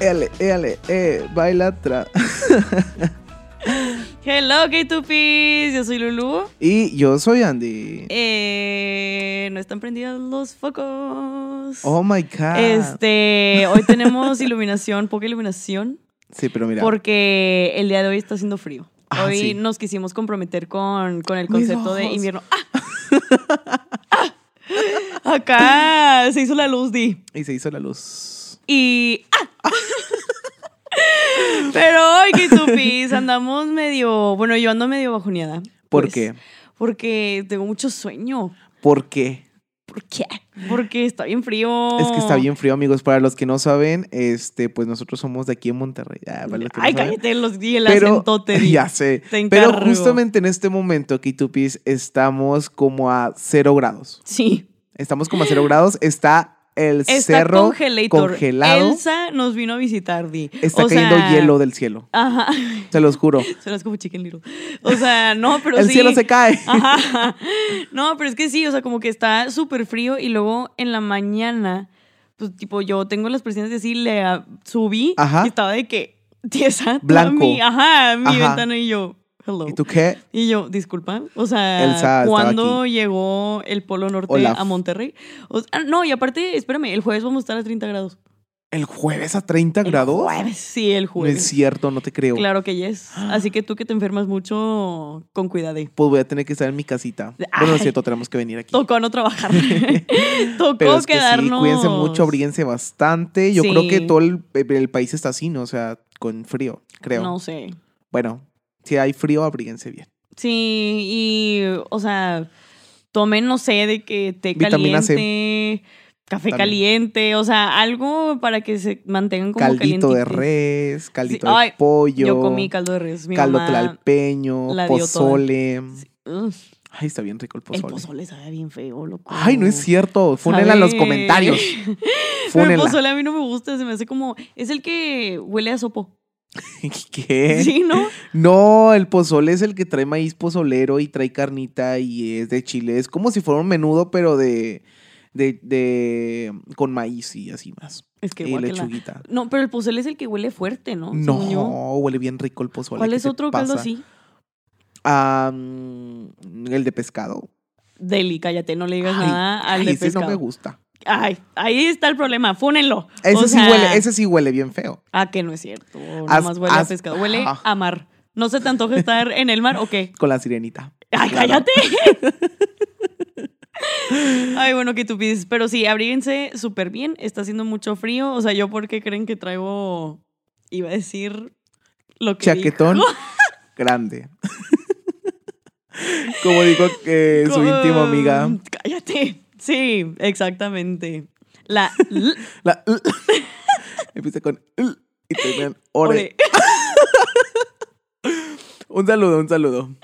L, L, E, baila atrás. Hello, K2Ps. Yo soy Lulu. Y yo soy Andy. Eh, no están prendidos los focos. Oh my god. Este, hoy tenemos iluminación, poca iluminación, Sí, pero mira. porque el día de hoy está haciendo frío. Ah, hoy sí. nos quisimos comprometer con, con el Mis concepto de ojos. invierno. ¡Ah! ¡Ah! Acá se hizo la luz, Di. Y se hizo la luz. Y. ¡ah! Pero hoy, Kitupis, andamos medio. Bueno, yo ando medio bajoneada. ¿Por pues, qué? Porque tengo mucho sueño. ¿Por qué? ¿Por qué? Porque está bien frío. Es que está bien frío, amigos. Para los que no saben, este, pues nosotros somos de aquí en Monterrey. Ah, para los que no Ay, saben. cállate los y el Pero, acentote, Di. ya sé. Te Pero encargo. justamente en este momento, Kitupis, estamos como a cero grados. Sí. Estamos como a cero grados. Está el Está cerro congelator. congelado. Elsa nos vino a visitar, Di. Está O cayendo sea, hielo del cielo. Ajá. Se los juro. Suenas como Chicken Little. O sea, no, pero el sí. cielo se cae. Ajá. No, pero es que sí, o sea, como que está súper frío y luego en la mañana, pues tipo, yo tengo las presiones de así, le ah, subí Ajá. y estaba de que tiesa. toda Blanco. Mi, ajá, mi Ajá. ventana y yo, hello. ¿Y tú qué? Y yo, disculpa, o sea, Elsa estaba ¿cuándo llegó el Polo Norte Olaf. a Monterrey? O sea, ah, no, y aparte, espérame, el jueves vamos a estar a 30 grados. ¿El jueves a 30 ¿El grados? jueves? Sí, el No es jueves. cierto, no te creo. Claro que yes. Así que tú que te enfermas mucho, con cuidado. Pues voy a tener que estar en mi casita. Bueno, no es Ay. cierto, tenemos que venir aquí. Tocó no trabajar. Tocó Pero es que sí, quedarnos. cuídense mucho, abríguense bastante. Yo creo que Sí. todo el, el país está así, ¿no? O sea, con frío, creo. No sé. Bueno, si hay frío, abríguense bien. Sí, y, o sea, tomen, no sé, de que té Vitamina C. caliente, café También. caliente, o sea, algo para que se mantengan como Caldito de calientitos. res, caldito de Ay, pollo. Yo comí caldo de res. Mi caldo mamá- tlalpeño, la dio toda. pozole. Uf, Ay, está bien rico el el pozole. pozole sabe bien feo, loco. Ay, no es cierto. Fúnenla en los Sabe- comentarios. Pero el Fúnenla. pozole a mí no me gusta, se me hace como... Es el que huele a sopo. ¿Qué? Sí, ¿no? No, el pozole es el que trae maíz pozolero y trae carnita y es de chile. Es como si fuera un menudo, pero de. de, de con maíz y así más. Es que y guácala. lechuguita. No, pero el pozole es el que huele fuerte, ¿no? No, Según yo. huele bien rico el pozole. ¿Cuál ¿qué es te otro caldo pasa? así? Ah, mm, el de pescado. Deli, cállate, no le digas Ay, nada al ay, de ese pescado. no me gusta. Ay, ahí está el problema, fúnenlo. Ese O sí sea, huele, ese sí huele bien feo. Ah, que no es cierto. Haz- Nomás huele a haz- pescado. Huele Ah. a mar. ¿No se te antoja estar en el mar o qué? Con la sirenita. ¡Ay, Claro. cállate! Ay, bueno, que tú pides. Pero sí, abríguense súper bien. Está haciendo mucho frío. O sea, yo porque creen que traigo. Iba a decir lo que. dije. Chaquetón grande. Como dijo eh, su íntima amiga. Con- Cállate. Sí, exactamente. La. l- La L. Empieza con L y terminan ore. ore. Un saludo, un saludo.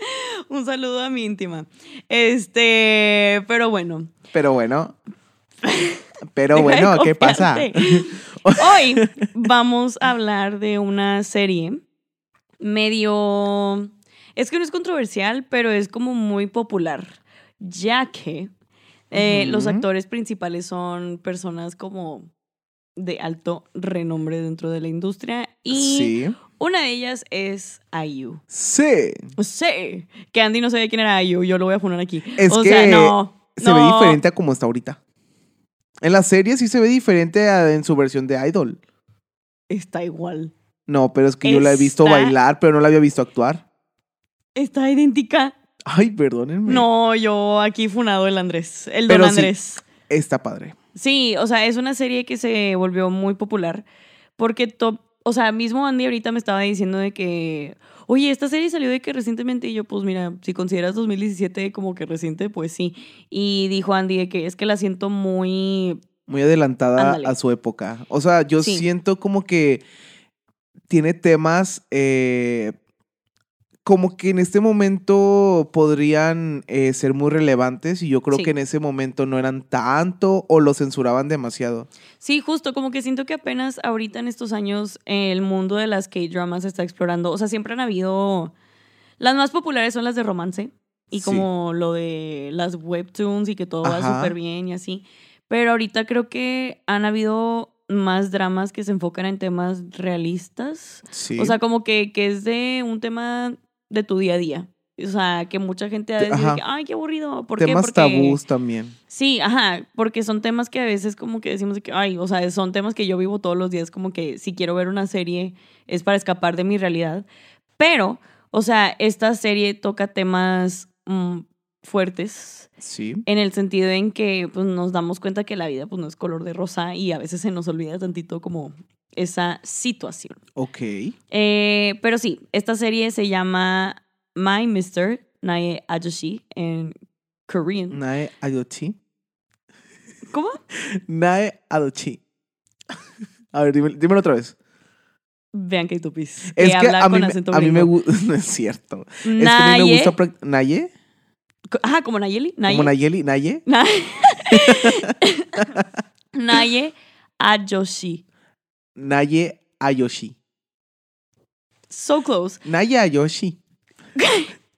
Un saludo a mi íntima. Este, pero bueno. Pero bueno. Pero deja de bueno, ¿qué pasa? confiarte. Hoy vamos a hablar de una serie medio. Es que no es controversial, pero es como muy popular. Ya que eh, Ujú. los actores principales son personas como de alto renombre dentro de la industria. Y Sí. una de ellas es IU. Sí. Sí, que Andy no sabía quién era IU, yo lo voy a poner aquí. Es o que sea, no. Se ve no. diferente a como está ahorita. En la serie sí se ve diferente a- en su versión de Idol. Está igual. No, pero es que yo la he visto Está- bailar, pero no la había visto actuar. Está idéntica. Ay, perdónenme. No, yo aquí funado el Andrés, el Pero don sí. Andrés. Está padre. Sí. o sea, es una serie que se volvió muy popular porque top, o sea, mismo Andy ahorita me estaba diciendo de que, oye, esta serie salió de que recientemente y yo, pues mira, si consideras 2017 como que reciente, pues sí. Y dijo Andy de que es que la siento muy, Muy adelantada Ándale. a su época. O sea, yo Sí. siento como que tiene temas eh, como que en este momento podrían eh, ser muy relevantes y yo creo Sí. que en ese momento no eran tanto o lo censuraban demasiado. Sí, justo, como que siento que apenas ahorita en estos años eh, el mundo de las K-dramas se está explorando. O sea, siempre han habido. Las más populares son las de romance y Sí. como lo de las webtoons y que todo Ajá. va súper bien y así. Pero ahorita creo que han habido más dramas que se enfocan en temas realistas. Sí. O sea, como que, que es de un tema de tu día a día. O sea, que mucha gente ha de Te- decir ajá. que, ay, qué aburrido. ¿Por qué? temas Porque- tabús también. Sí, ajá, porque son temas que a veces como que decimos de que, ay, o sea, son temas que yo vivo todos los días, como que si quiero ver una serie es para escapar de mi realidad. Pero, o sea, esta serie toca temas mm, fuertes Sí. en el sentido en que pues, nos damos cuenta que la vida pues, no es color de rosa y a veces se nos olvida tantito como esa situación. Ok. Eh, pero sí, esta serie se llama My Mr. Nae Ajoshi en Korean. Nae Adochi. ¿Cómo? Nae Adochi. A ver, dímelo, dímelo otra vez. Vean que tupis. Es que que, habla a mí, con me- acento a mí me gringo. gusta. No es cierto. Es que a mí Naye. me gusta. prac- ¿Naye? co- Ajá, como Nayeli. Naye. ¿Como Nayeli? ¿Naye? Na- Naye Ajoshi. Naye Ayoshi. So close. Naye Ayoshi.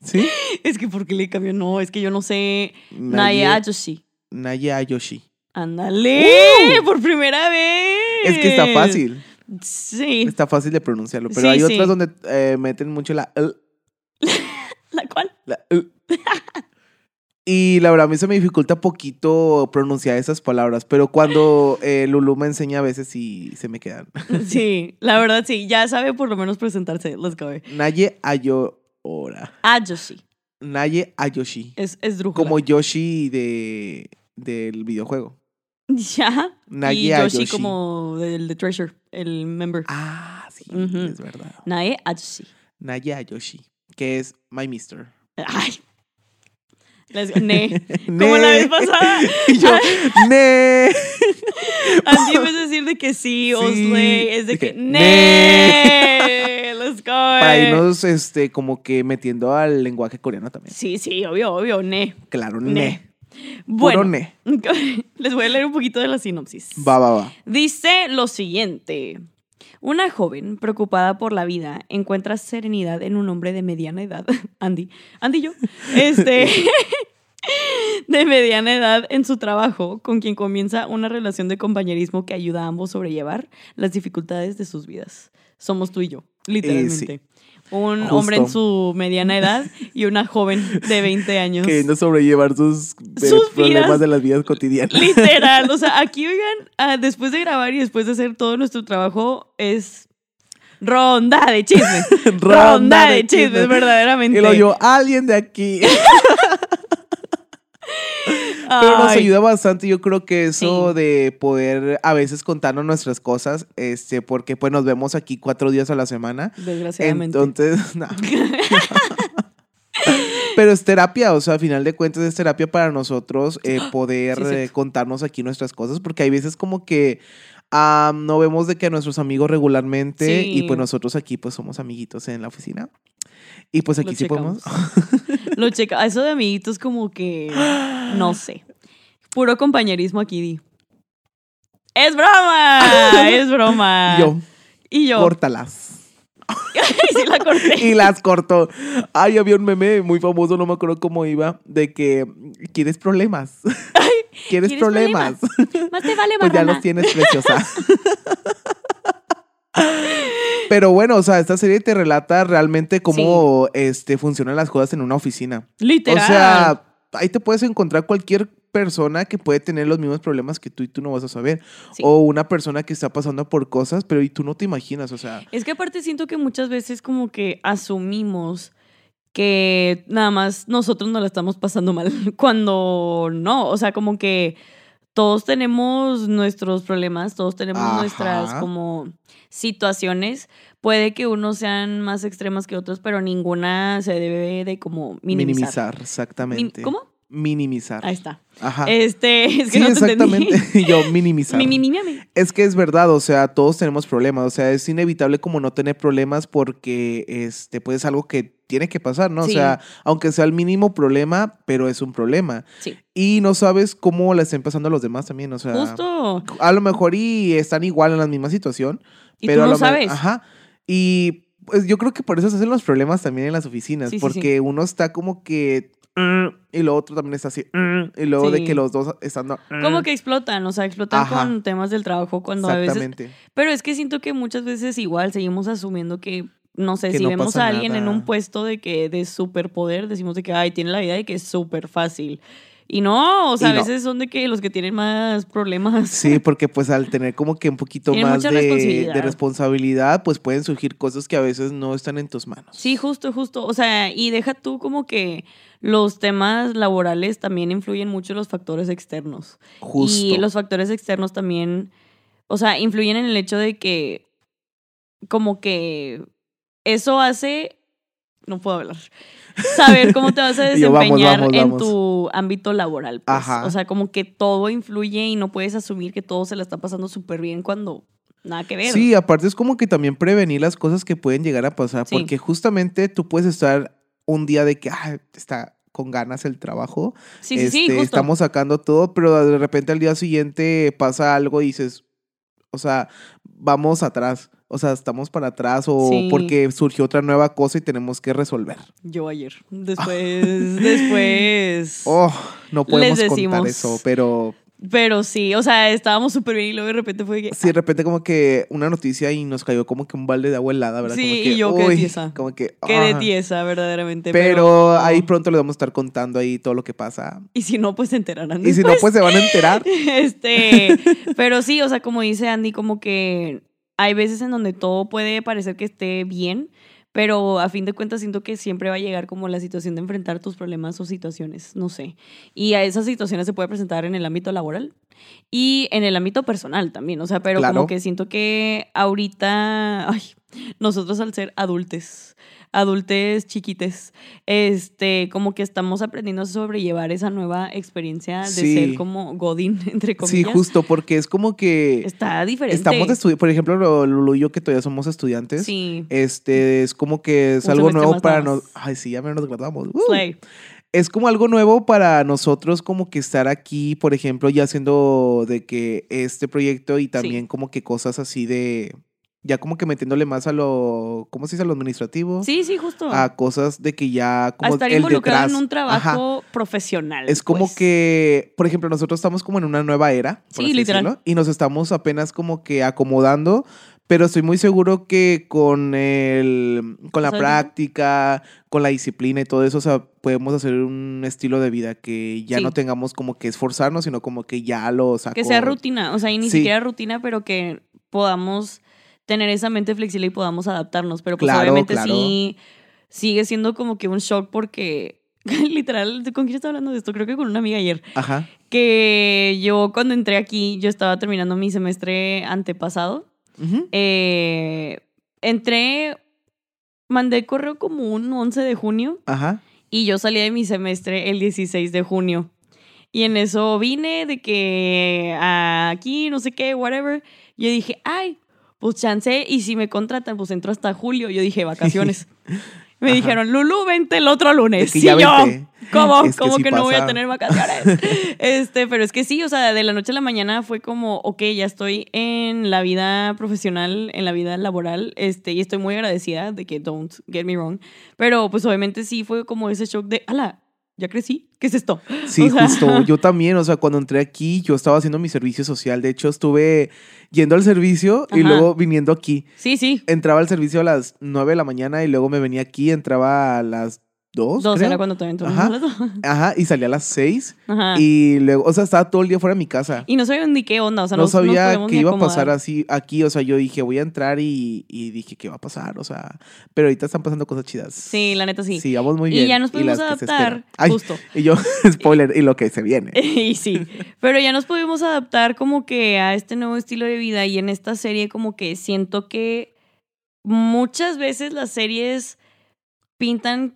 ¿Sí? Es que ¿por qué le cambió? No, es que yo no sé. Naye Ajoshi. Naye Ayoshi. Ándale, por primera vez. ¡Uh! Es que está fácil. Sí. Está fácil de pronunciarlo. Pero Sí, hay sí. otras donde eh, meten mucho la. L, ¿La cual? la L. Y la verdad, a mí se me dificulta poquito pronunciar esas palabras. Pero cuando eh, Lulu me enseña a veces sí se me quedan. Sí, la verdad sí. Ya sabe por lo menos presentarse. Let's go. Naye Ayoora. Ajoshi. Naye Ayoshi. Es, es drújula. Como Yoshi de, del videojuego. Ya. y Naye Yoshi, Ayoshi. como del de Treasure, el member. Ah, sí, Ujú. es verdad. Nae Ajoshi. Naye Ayoshi, que es My Mister. Ay. Les- ne. Como la vez pasada. y yo, ne. Así puedes decir de que sí, Sí. Osley. Es de que. Dije, Ne. Let's go. Para irnos, este, como que metiendo al lenguaje coreano también. Sí, sí, obvio, obvio. Ne. Claro, Ne. ne. Bueno. Puro ne. Les voy a leer un poquito de la sinopsis. Va, va, va. Dice lo siguiente. Una joven preocupada por la vida encuentra serenidad en un hombre de mediana edad, Andy, Andy y yo, este, de mediana edad en su trabajo, con quien comienza una relación de compañerismo que ayuda a ambos sobrellevar las dificultades de sus vidas. Somos tú y yo, literalmente. Un Justo. hombre en su mediana edad y una joven de 20 años. Queriendo sobrellevar sus, eh, Sus problemas vidas. de las vidas cotidianas. Literal, o sea, aquí oigan, ah, después de grabar y después de hacer todo nuestro trabajo es ronda de chismes. ronda, de, chismes, verdaderamente. Y lo yo, alguien de aquí. Pero nos Ay, ayuda bastante, yo creo que eso de poder a veces contarnos nuestras cosas, este, porque pues nos vemos aquí cuatro días a la semana. Desgraciadamente. Entonces, no. Pero es terapia, o sea, a final de cuentas es terapia para nosotros eh, poder Ah, sí, es cierto. eh, contarnos aquí nuestras cosas, porque hay veces como que ah, no vemos de que a nuestros amigos regularmente Sí. y pues nosotros aquí pues somos amiguitos en la oficina. Y pues aquí Lo sí podemos... checamos. Lo checa. Eso de amiguitos como que no sé. Puro compañerismo aquí di. Es broma, es broma. Y yo, y Ah, yo. córtalas. y sí la corté. y las cortó. Ay, había un meme muy famoso, no me acuerdo cómo iba, de que quieres problemas. ¿Quieres, ¿quieres problemas? Más te vale pues ya marrana. los tienes preciosa. Pero bueno, o sea, esta serie te relata realmente cómo este, funcionan las cosas en una oficina. O Literal. sea, ahí te puedes encontrar cualquier persona que puede tener los mismos problemas que tú y tú no vas a saber. Sí. O una persona que está pasando por cosas, pero y tú no te imaginas, o sea. Es que aparte siento que muchas veces como que asumimos que nada más nosotros nos la estamos pasando mal cuando no, o sea, como que todos tenemos nuestros problemas, todos tenemos Ajá. nuestras como situaciones, puede que unos sean más extremas que otros, pero ninguna se debe de como minimizar. Minimizar, Ni- exactamente. ¿Cómo? Minimizar. Ahí está. Ajá. Este, es que sí, no te exactamente. entendí. Yo minimizar. Mi, mi, mi, mi, mi. Es que es verdad, o sea, todos tenemos problemas, o sea, es inevitable como no tener problemas porque, este, pues es algo que tiene que pasar, ¿no? Sí. O sea, aunque sea el mínimo problema, pero es un problema. Sí, Y no sabes cómo la estén pasando a los demás también, o sea, justo. a lo mejor y están igual en la misma situación, Y pero tú a no lo me- sabes. Ajá. Y pues yo creo que por eso se hacen los problemas también en las oficinas, Sí, sí, sí. porque uno está como que mm, y lo otro también está así, mm, y luego de Sí. que los dos están... mm. Como que explotan, o sea, explotan Ajá. con temas del trabajo cuando a veces... Exactamente. Pero es que siento que muchas veces igual seguimos asumiendo que, no sé, Que si no vemos pasa a alguien en nada. un puesto de que de superpoder, decimos de que, ay, tiene la vida de que es súper fácil. Y no, o sea, Y a no. veces son de que los que tienen más problemas. Sí, porque pues al tener como que un poquito Tiene más mucha de de responsabilidad. responsabilidad. pues pueden surgir cosas que a veces no están en tus manos. Sí, justo, justo. O sea, y deja tú como que los temas laborales también influyen mucho los factores externos. Justo. Y los factores externos también, o sea, influyen en el hecho de que como que eso hace, no puedo hablar, saber cómo te vas a Y yo, vamos, desempeñar vamos, en vamos. tu ámbito laboral. pues. Ajá. O sea, como que todo influye y no puedes asumir que todo se la está pasando súper bien cuando nada que ver. Sí, aparte es como que también prevenir las cosas que pueden llegar a pasar, Sí. porque justamente tú puedes estar un día de que "Ah, está con ganas el trabajo, sí, sí, sí, este, justo. estamos sacando todo, pero de repente al día siguiente pasa algo y dices, o sea, vamos atrás, o sea, estamos para atrás o Sí. porque surgió otra nueva cosa y tenemos que resolver. Yo ayer. Después, después. Oh, no podemos Les contar decimos. eso, pero Pero sí, o sea, estábamos súper bien y luego de repente fue que. sí, de repente como que una noticia y nos cayó como que un balde de agua helada, ¿verdad? Sí, Como que, y yo quedé uy, tiesa. Como que, Quedé ah. tiesa, verdaderamente. Pero, pero- ahí pronto les vamos a estar contando ahí todo lo que pasa. Y si no, pues se enterarán. y si no, después. pues se van a enterar. Este. pero sí, o sea, como dice Andy, como que hay veces en donde todo puede parecer que esté bien. Pero a fin de cuentas siento que siempre va a llegar como la situación de enfrentar tus problemas o situaciones, no sé. Y a esas situaciones se puede presentar en el ámbito laboral y en el ámbito personal también, o sea, pero Claro. como que siento que ahorita, ay, nosotros al ser adultes, adultes chiquites, este, como que estamos aprendiendo a sobrellevar esa nueva experiencia de Sí. ser como Godín, entre Sí, comillas. justo, porque es como que Está diferente. estamos estudiando, por ejemplo, lo- Lulu y yo que todavía somos estudiantes. Sí. Este es como que es Un algo semestre nuevo más para nada más. nosotros. Ay, sí, ya menos nos graduamos. ¡Uh! Slay. Es como algo nuevo para nosotros, como que estar aquí, por ejemplo, ya haciendo de que este proyecto y también como que cosas así de. Ya como que metiéndole más a lo. ¿Cómo se dice? A lo administrativo. Sí, sí, justo. A cosas de que ya. a Ah, Como estar el involucrado detrás. en un Ajá. trabajo profesional. Es como pues. que, por ejemplo, nosotros estamos como en una nueva era. por Sí, así literal. decirlo, y nos estamos apenas como que acomodando, pero estoy muy seguro que con el, con la O sea, práctica, con la disciplina y todo eso, o sea, podemos hacer un estilo de vida que ya Sí. no tengamos como que esforzarnos, sino como que ya lo saco. Que sea rutina, o sea, y ni Sí. siquiera rutina, pero que podamos tener esa mente flexible y podamos adaptarnos. Pero pues Claro, obviamente claro. sí sigue siendo como que un shock porque literal, ¿con quién estaba hablando de esto? Creo que con una amiga ayer. Ajá. Que yo cuando entré aquí, yo estaba terminando mi semestre antepasado. Ujú. Eh, entré, mandé correo como un 11 de junio. Ajá. Y yo salí de mi semestre el 16 de junio. Y en eso vine de que a aquí, no sé qué, whatever. Yo dije, ay, pues chance. Y si me contratan, pues entro hasta julio. Yo dije, vacaciones. Me Ajá. dijeron, Lulu, vente el otro lunes. Es que y ya yo, vente. ¿cómo? Es que ¿Cómo sí que, no voy pasa. a tener vacaciones? este, pero es que sí, o sea, de la noche a la mañana fue como, ok, ya estoy en la vida profesional, en la vida laboral, este, y estoy muy agradecida de que, don't get me wrong, pero pues obviamente sí fue como ese shock de, ala, ya crecí, ¿qué es esto? Sí, O sea- justo. Yo también, o sea, cuando entré aquí, yo estaba haciendo mi servicio social. De hecho, estuve yendo al servicio y Ajá. luego viniendo aquí. Sí, sí, entraba al servicio a las 9 de la mañana y luego me venía aquí, entraba a las 2. dos creo. era Ah. cuando también entró. Ajá. Ajá, y salía a las 6. Ajá. Y, Y luego, o sea, estaba todo el día fuera de mi casa. no sabía ni qué onda, o sea, no nos- nos sabía podemos que ni iba a pasar acomodar. así aquí. O sea, yo dije, voy a entrar y, y dije, ¿qué va a pasar? O sea, pero ahorita están pasando cosas chidas. Sí, la neta sí. Sí, vamos muy bien. y ya nos pudimos las que se adaptar, esperan. Ay, justo. y yo, spoiler, y lo que se viene. y sí, pero ya nos pudimos adaptar como que a este nuevo estilo de vida y en esta serie como que siento que muchas veces las series pintan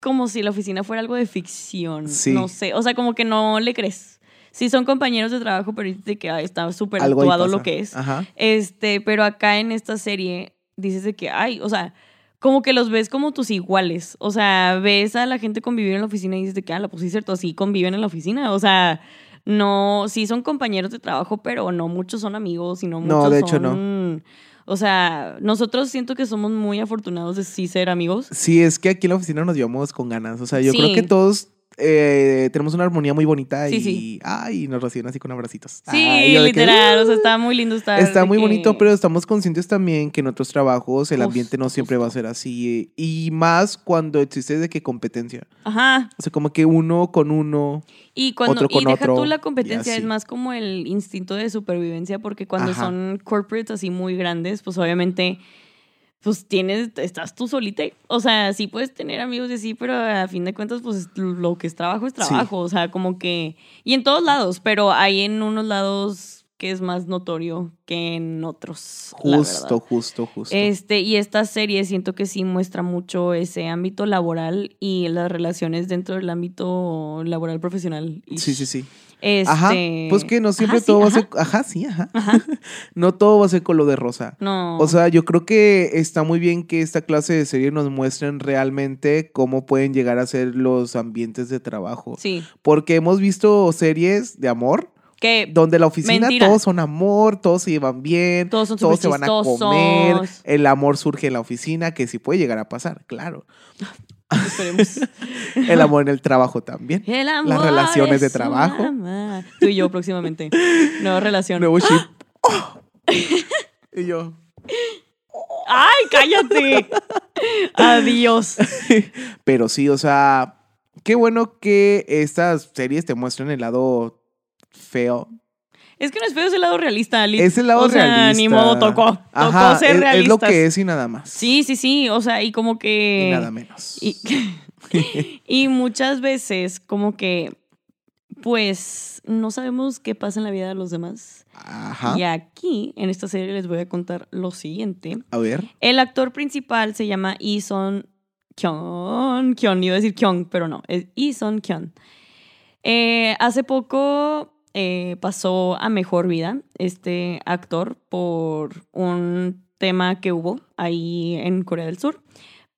como si la oficina fuera algo de ficción, Sí. no sé, o sea, como que no le crees. Sí son compañeros de trabajo, pero dices de que "Ay, está súper Algo ahí actuado lo pasa. que es. Ajá. Este, pero acá en esta serie dices de que, ay, o sea, como que los ves como tus iguales. O sea, ves a la gente convivir en la oficina y dices de que, ah, la, pues sí, cierto, así conviven en la oficina. O sea, no, sí son compañeros de trabajo, pero no muchos son amigos y no No, muchos de hecho, son- O sea, nosotros siento que somos muy afortunados de sí ser amigos. Sí, es que aquí en la oficina nos llevamos con ganas. O sea, yo Sí. creo que todos eh, tenemos una armonía muy bonita Sí, y sí. ay, nos reciben así con abracitos. Sí, Ay, yo de que, literal, o "Uh". sea, está muy lindo estar. Está de muy que- bonito, pero estamos conscientes también que en otros trabajos el ambiente no Justo, siempre va a ser así. eh, Y más cuando existe de que competencia. Ajá. O sea, como que uno con uno. Y cuando Otro con y deja otro, tú la y competencia es así. más como el instinto de supervivencia porque cuando Ajá. son corporates así muy grandes, pues obviamente pues tienes estás tú solita, y- o sea, sí puedes tener amigos y así, pero a fin de cuentas pues es- lo que es trabajo es Sí. trabajo, o sea, como que y en todos lados, pero hay en unos lados que es más notorio que en otros. la verdad. Justo, justo, justo. Este, y esta serie siento que sí muestra mucho ese ámbito laboral y las relaciones dentro del ámbito laboral profesional. Y, Sí, sí, sí. Este, Ajá. Pues que no siempre ajá, sí, todo va a ajá. ser. Ajá, sí, ajá. Ajá. No todo va a ser color de rosa. No. O sea, yo creo que está muy bien que esta clase de series nos muestren realmente cómo pueden llegar a ser los ambientes de trabajo. sí. Porque hemos visto series de amor, Que donde la oficina Mentira. todos son amor, todos se llevan bien, todos son súper todos se van a chistosos. comer, el amor surge en la oficina, que sí puede llegar a pasar, claro. Esperemos. El amor en el trabajo también. El amor Las relaciones es de un trabajo. ama. Tú y yo próximamente. Nueva relación. Nuevo chip. ¡Oh! y yo. ¡Ay, cállate! Adiós. Pero sí, o sea, qué bueno que estas series te muestran el lado feo. Es que no es feo ese lado realista, Ali. Es el lado o sea, realista. ni modo, tocó. Tocó Ajá, ser es, realistas. es lo que es y nada más. Sí, sí, sí. O sea, y como que. Y nada menos. Y, y muchas veces como que, pues, no sabemos qué pasa en la vida de los demás. Ajá. Y aquí, en esta serie, les voy a contar lo siguiente. A ver. El actor principal se llama Ison Kyon. Kyon, iba a decir Kyon, pero no, es Ison Kyon. Eh, hace poco eh, pasó a mejor vida este actor por un tema que hubo ahí en Corea del Sur.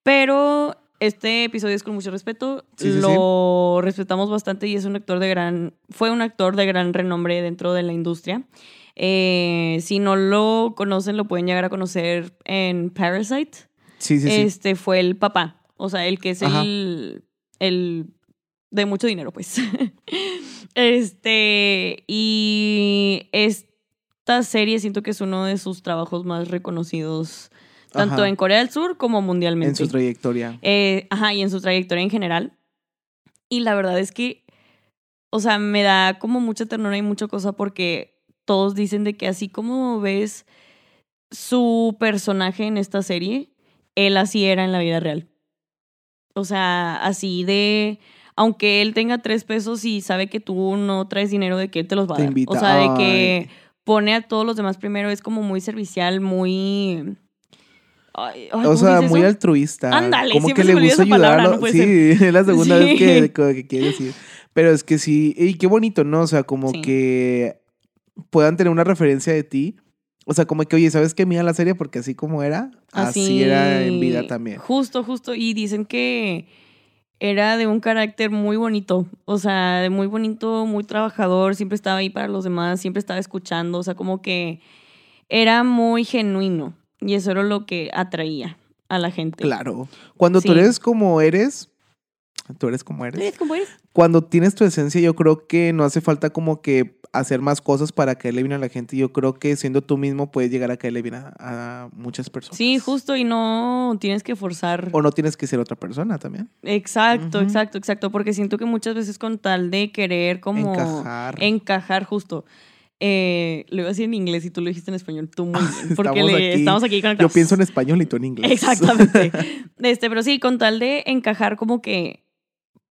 Pero este episodio es con mucho respeto. Sí, sí, Lo respetamos bastante y es un actor de gran. Fue un actor de gran renombre dentro de la industria. Eh, si no lo conocen, lo pueden llegar a conocer en Parasite. Sí, sí, sí. Este fue el papá. O sea, el que es Ajá. el. el de mucho dinero, pues. este. Y esta serie siento que es uno de sus trabajos más reconocidos, tanto Ajá. en Corea del Sur como mundialmente. en su trayectoria. Eh, ajá, y en su trayectoria en general. Y la verdad es que, o sea, me da como mucha ternura y mucha cosa porque todos dicen de que así como ves su personaje en esta serie, él así era en la vida real. O sea, así de, aunque él tenga tres pesos y sabe que tú no traes dinero, de que él te los va a Te dar. invita. O sea, de que Ay. pone a todos los demás primero, es como muy servicial, muy... ay, ay, ¿cómo O se sea, dice muy eso? altruista. Ándale, como que siempre se le me olvida gusta esa palabra, ayudar. no puede sí, es la segunda Sí. vez que, como que quiere decir. Pero es que sí, y qué bonito, ¿no? O sea, como Sí. que puedan tener una referencia de ti. O sea, como que, oye, ¿sabes qué? Mira la serie porque así como era, así, era en vida también. Justo, justo. Y dicen que era de un carácter muy bonito. O sea, de muy bonito, muy trabajador. Siempre estaba ahí para los demás, siempre estaba escuchando. O sea, como que era muy genuino. Y eso era lo que atraía a la gente. Claro. Cuando tú Sí. Eh. eres como eres, tú eres como eres. ¿Eres como eres? Cuando tienes tu esencia, yo creo que no hace falta como que hacer más cosas para caerle bien a la gente. Yo creo que siendo tú mismo puedes llegar a caerle bien a, a muchas personas. Sí, justo. Y no tienes que forzar. O no tienes que ser otra persona también. Exacto, Ujú. exacto, exacto. Porque siento que muchas veces con tal de querer como... Encajar. encajar justo. Eh, lo iba a decir en inglés y tú lo dijiste en español. Tú muy bien. Porque Estamos le- aquí. estamos aquí Yo conectados. pienso en español y tú en inglés. Exactamente. Este, pero sí, con tal de encajar, como que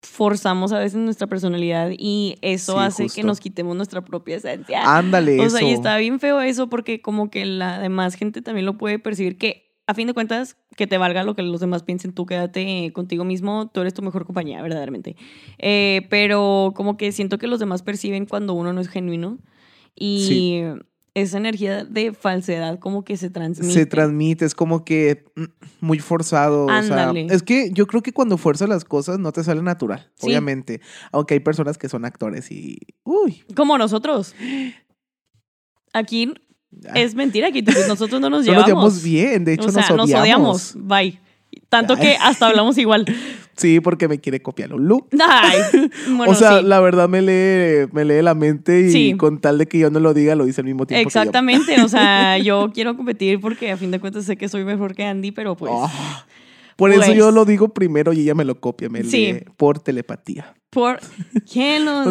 forzamos a veces nuestra personalidad y eso Sí, hace que justo. nos quitemos nuestra propia esencia. Ándale, O eso. sea, y está bien feo eso porque como que la demás gente también lo puede percibir que a fin de cuentas que te valga lo que los demás piensen, tú quédate contigo mismo, tú eres tu mejor compañía, verdaderamente. Eh, pero como que siento que los demás perciben cuando uno no es genuino y Sí. esa energía de falsedad como que se transmite. Se transmite, es como que mm, muy forzado. o sea, Ándale. es que yo creo que cuando fuerzas las cosas no te sale natural, Sí. obviamente. Aunque hay personas que son actores y. Uy. Como nosotros. Aquí ah, es mentira, aquí tú- nosotros no nos no nos llevamos. llevamos bien, de hecho o sea, nos odiamos. Bye. Tanto que hasta hablamos igual. Sí, porque me quiere copiar Lulu. Ay, bueno, o sea, sí. la verdad me lee, me lee la mente y Sí. con tal de que yo no lo diga, lo dice al mismo tiempo. que yo. Exactamente, o sea, yo quiero competir porque a fin de cuentas sé que soy mejor que Andy, pero pues Ah. por eso Pues. yo lo digo primero y ella me lo copia, me Sí. lee por telepatía. por ¿quién lo Lo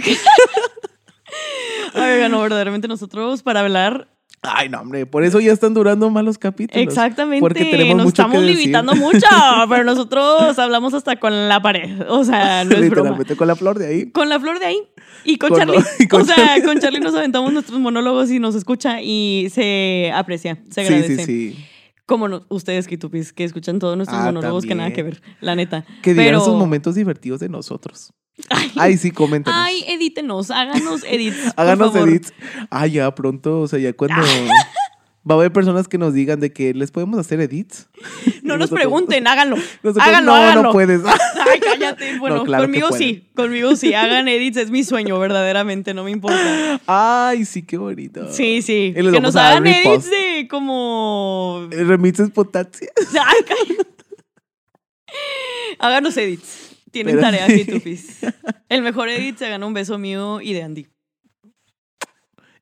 diría. Ay, oigan, no, verdaderamente nosotros para hablar Ay, no, hombre, por eso ya están durando más los capítulos. exactamente Porque tenemos nos mucho estamos que decir. limitando mucho, pero nosotros hablamos hasta con la pared, o sea, no es broma. Literalmente con la flor de ahí. Con la flor de ahí y con, Con Charlie. lo- y con o sea, Charlie. con Charlie nos aventamos nuestros monólogos y nos escucha y se aprecia, se sí, agradece. sí, sí. Como no- ustedes, Kitupis, que escuchan todos nuestros Ah, monólogos que nada que también. ver, la neta. Que digan Pero- esos momentos divertidos de nosotros. Ay, sí, coméntenos. Ay, edítenos, háganos edits. por Háganos favor. edits. Ah, ya pronto, o sea, ya cuando va a haber personas que nos digan de que les podemos hacer edits. No Y nos nosotros- pregunten, háganlo. nosotros, háganlo, no, háganlo. no puedes. Ay, cállate. Bueno, claro que conmigo pueden. sí, conmigo sí, hagan edits, es mi sueño, verdaderamente, no me importa. Ay, sí, qué bonito. Sí, sí. Y les Que vamos nos a dar hagan edits repost. de como. Eh, Remixes potasia. Ay, cállate. Háganos edits. Tienen Pero- tarea, Kitupis. El mejor edit se gana un beso mío y de Andy.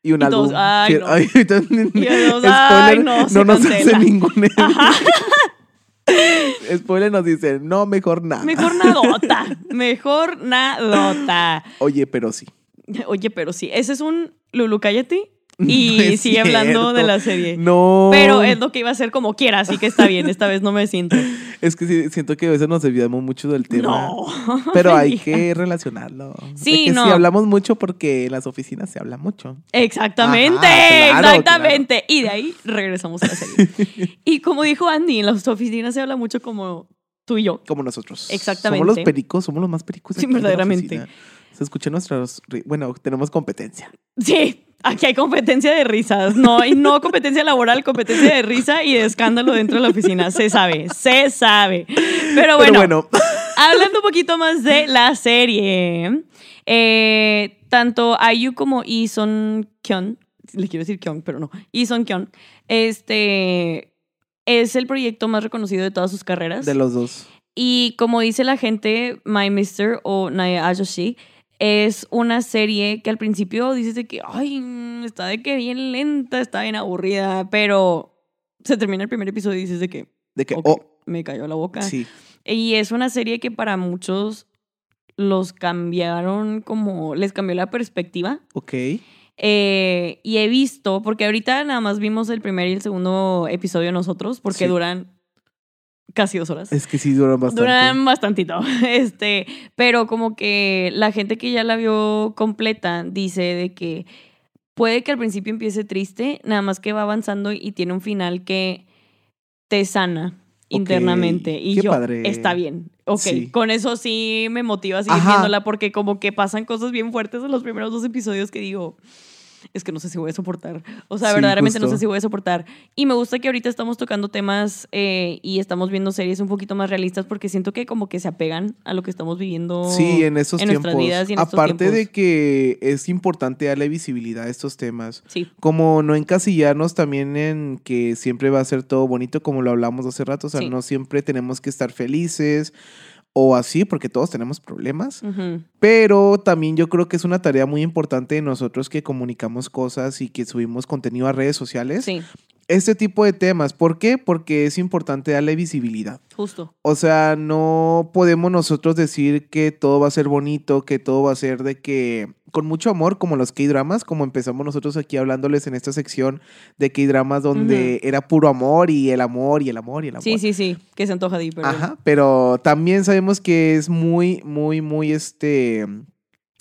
Y un Y álbum. todos, ay, no. Ay, entonces, Y todos, spoiler, ay, no, se nos cancela. hace ningún edit. Spoiler nos dice, no, mejor nada. Mejor nadota. Mejor nadota. Oye, pero sí. Oye, pero sí, ese es un Lulu Cállate y No es sigue hablando cierto. de la serie. No. Pero eh, es lo que iba a hacer como quiera, así que está bien, esta vez no me siento. Es que sí, siento que a veces nos desviamos mucho del tema. No. Pero hay Hija. que relacionarlo. Sí, De que no. Si hablamos mucho porque en las oficinas se habla mucho. Exactamente, Ajá, claro, exactamente. Y de ahí regresamos a la serie. y como dijo Andy, en las oficinas se habla mucho como tú y yo. Como nosotros. Exactamente. Somos los pericos, somos los más pericos. Sí, aquí de la verdaderamente. oficina. Se escuchan nuestros. ri- Bueno, tenemos competencia. Sí, aquí hay competencia de risas. No, y no competencia laboral, competencia de risa y de escándalo dentro de la oficina. Se sabe, se sabe. Pero Ah, bueno, Pero bueno, hablando un poquito más de la serie, eh, tanto Ayu como Ison Kyon, le quiero decir Kyon, pero no, Ison Kyon, este es el proyecto más reconocido de todas sus carreras. de los dos. Y como dice la gente, My Mister o Naya Ayoshi es una serie que al principio dices de que, ay, mm, está de que bien lenta, está bien aburrida, pero se termina el primer episodio y dices de que, De que, "Ok, oh, me cayó la boca. sí. Y es una serie que para muchos los cambiaron como, les cambió la perspectiva. Ok. Eh, y he visto, porque ahorita nada más vimos el primer y el segundo episodio nosotros, porque Sí. duran casi dos horas. Es que sí duran bastante. Duran bastantito. Este, pero como que la gente que ya la vio completa dice de que puede que al principio empiece triste, nada más que va avanzando y tiene un final que te sana internamente. Y qué yo, padre. está bien. Ok, Sí. con eso sí me motiva a seguir Ajá. viéndola porque como que pasan cosas bien fuertes en los primeros dos episodios que digo, es que no sé si voy a soportar. O sea, Sí, verdaderamente no justo. sé si voy a soportar. Y me gusta que ahorita estamos tocando temas eh, y estamos viendo series un poquito más realistas porque siento que como que se apegan a lo que estamos viviendo. Sí, en esos en nuestras tiempos. vidas y en estos Aparte de tiempos. que es importante darle visibilidad a estos temas. Sí, Como no encasillarnos también en que siempre va a ser todo bonito, como lo hablamos hace rato. O sea, Sí. no siempre tenemos que estar felices o así, porque todos tenemos problemas. ujú, Pero también yo creo que es una tarea muy importante de nosotros que comunicamos cosas y que subimos contenido a redes sociales. sí, Este tipo de temas. ¿Por qué? Porque es importante darle visibilidad. justo. O sea, no podemos nosotros decir que todo va a ser bonito, que todo va a ser de que con mucho amor, como los K-dramas, como empezamos nosotros aquí hablándoles en esta sección de K-dramas donde era puro amor y el amor y el amor y el amor. Sí, sí, sí, que se antoja de ir, pero Ah, Ajá, pero también sabemos que es muy, muy, muy, este,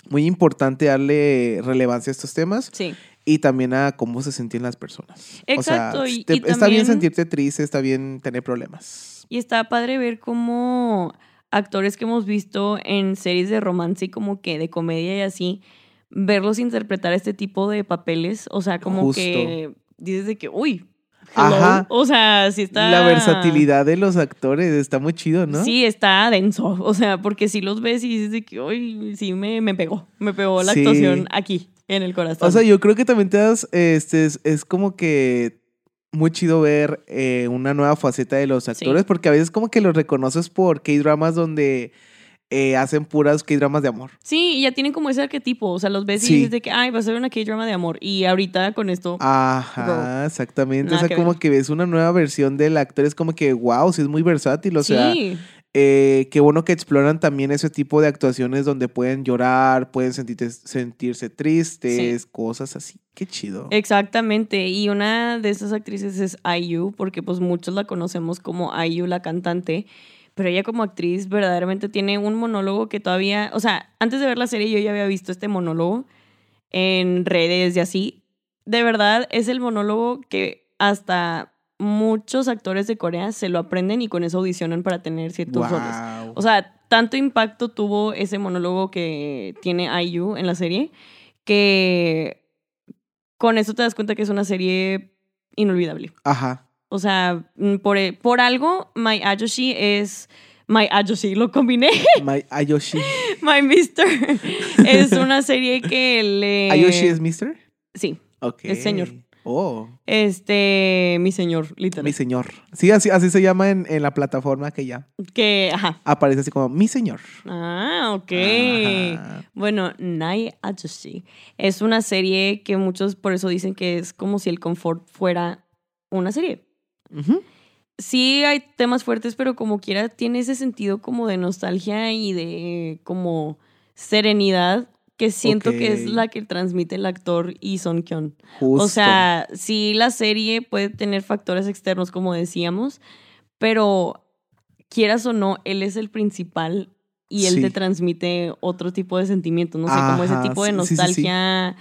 muy importante darle relevancia a estos temas Sí, y también a cómo se sentían las personas. exacto. o sea, y, te- y está también- bien sentirte triste, está bien tener problemas. Y está padre ver cómo actores que hemos visto en series de romance y como que de comedia y así, verlos interpretar este tipo de papeles. O sea, como Justo. que dices de que, uy, hello. Ajá. O sea, sí está. La versatilidad de los actores está muy chido, ¿no? Sí, está denso. O sea, porque si los ves y dices de que, uy, sí me, me pegó. Me pegó la Sí. actuación aquí, en el corazón. O sea, yo creo que también te das, este, es, es como que muy chido ver eh, una nueva faceta de los actores, Sí. porque a veces como que los reconoces por K-dramas donde eh, hacen puras K-dramas de amor. Sí, y ya tienen como ese arquetipo. O sea, los ves Sí. Ah, y dices de que, ay, va a ser una K-drama de amor. Y ahorita con esto, Ajá, exactamente. Nada o sea, que como ver. que ves una nueva versión del actor, es como que, wow, sí es muy versátil. O sea, sí. eh, qué bueno que exploran también ese tipo de actuaciones donde pueden llorar, pueden sentirte- sentirse tristes, cosas así. Qué chido. Exactamente, y una de esas actrices es IU, porque pues muchos la conocemos como IU la cantante, pero ella como actriz verdaderamente tiene un monólogo que todavía, o sea, antes de ver la serie yo ya había visto este monólogo en redes y así. De verdad es el monólogo que hasta muchos actores de Corea se lo aprenden y con eso audicionan para tener ciertos roles. Guau. O sea, tanto impacto tuvo ese monólogo que tiene IU en la serie que con eso te das cuenta que es una serie inolvidable. Ajá. O sea, mm, por, e- por algo, My Ayoshi es. My Ayoshi, lo combiné. My- Ayoshi. My Mister. es una serie que le. ¿Ayoshi es Mister? Sí, Ok. Eh, Es señor. Oh, este. Mi señor, literal. mi señor. Sí, así, así se llama en, en la plataforma que ya Que. Ajá. aparece así como mi señor. Ah, ok. Ajá. Bueno, Nai Ajushi es una serie que muchos por eso dicen que es como si el confort fuera una serie. Ujú. Sí hay temas fuertes, pero como quiera tiene ese sentido como de nostalgia y de como serenidad que siento que es Ok. la que transmite el actor y Son Kyun. Justo. O sea, sí la serie puede tener factores externos como decíamos, pero quieras o no, él es el principal y él Sí. te transmite otro tipo de sentimientos, no sé, como ese Ajá, tipo de sí, sí, sí, sí. nostalgia.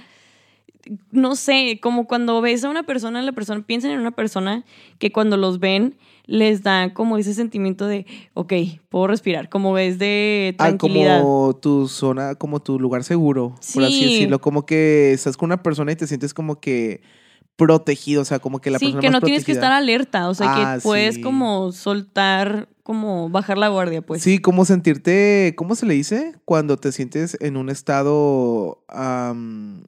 No sé, como cuando ves a una persona, la persona piensan en una persona que cuando los ven les da como ese sentimiento de, ok, puedo respirar, como es de Ah, tranquilidad. como tu zona, como tu lugar seguro, por así Sí. decirlo. Como que estás con una persona y te sientes como que protegido, o sea, como que la sí, persona que más no tienes que protegida. estar alerta, o sea, Ah, que puedes sí. como soltar, como bajar la guardia, pues. Sí, como sentirte, ¿cómo se le dice? Cuando te sientes en un estado, am,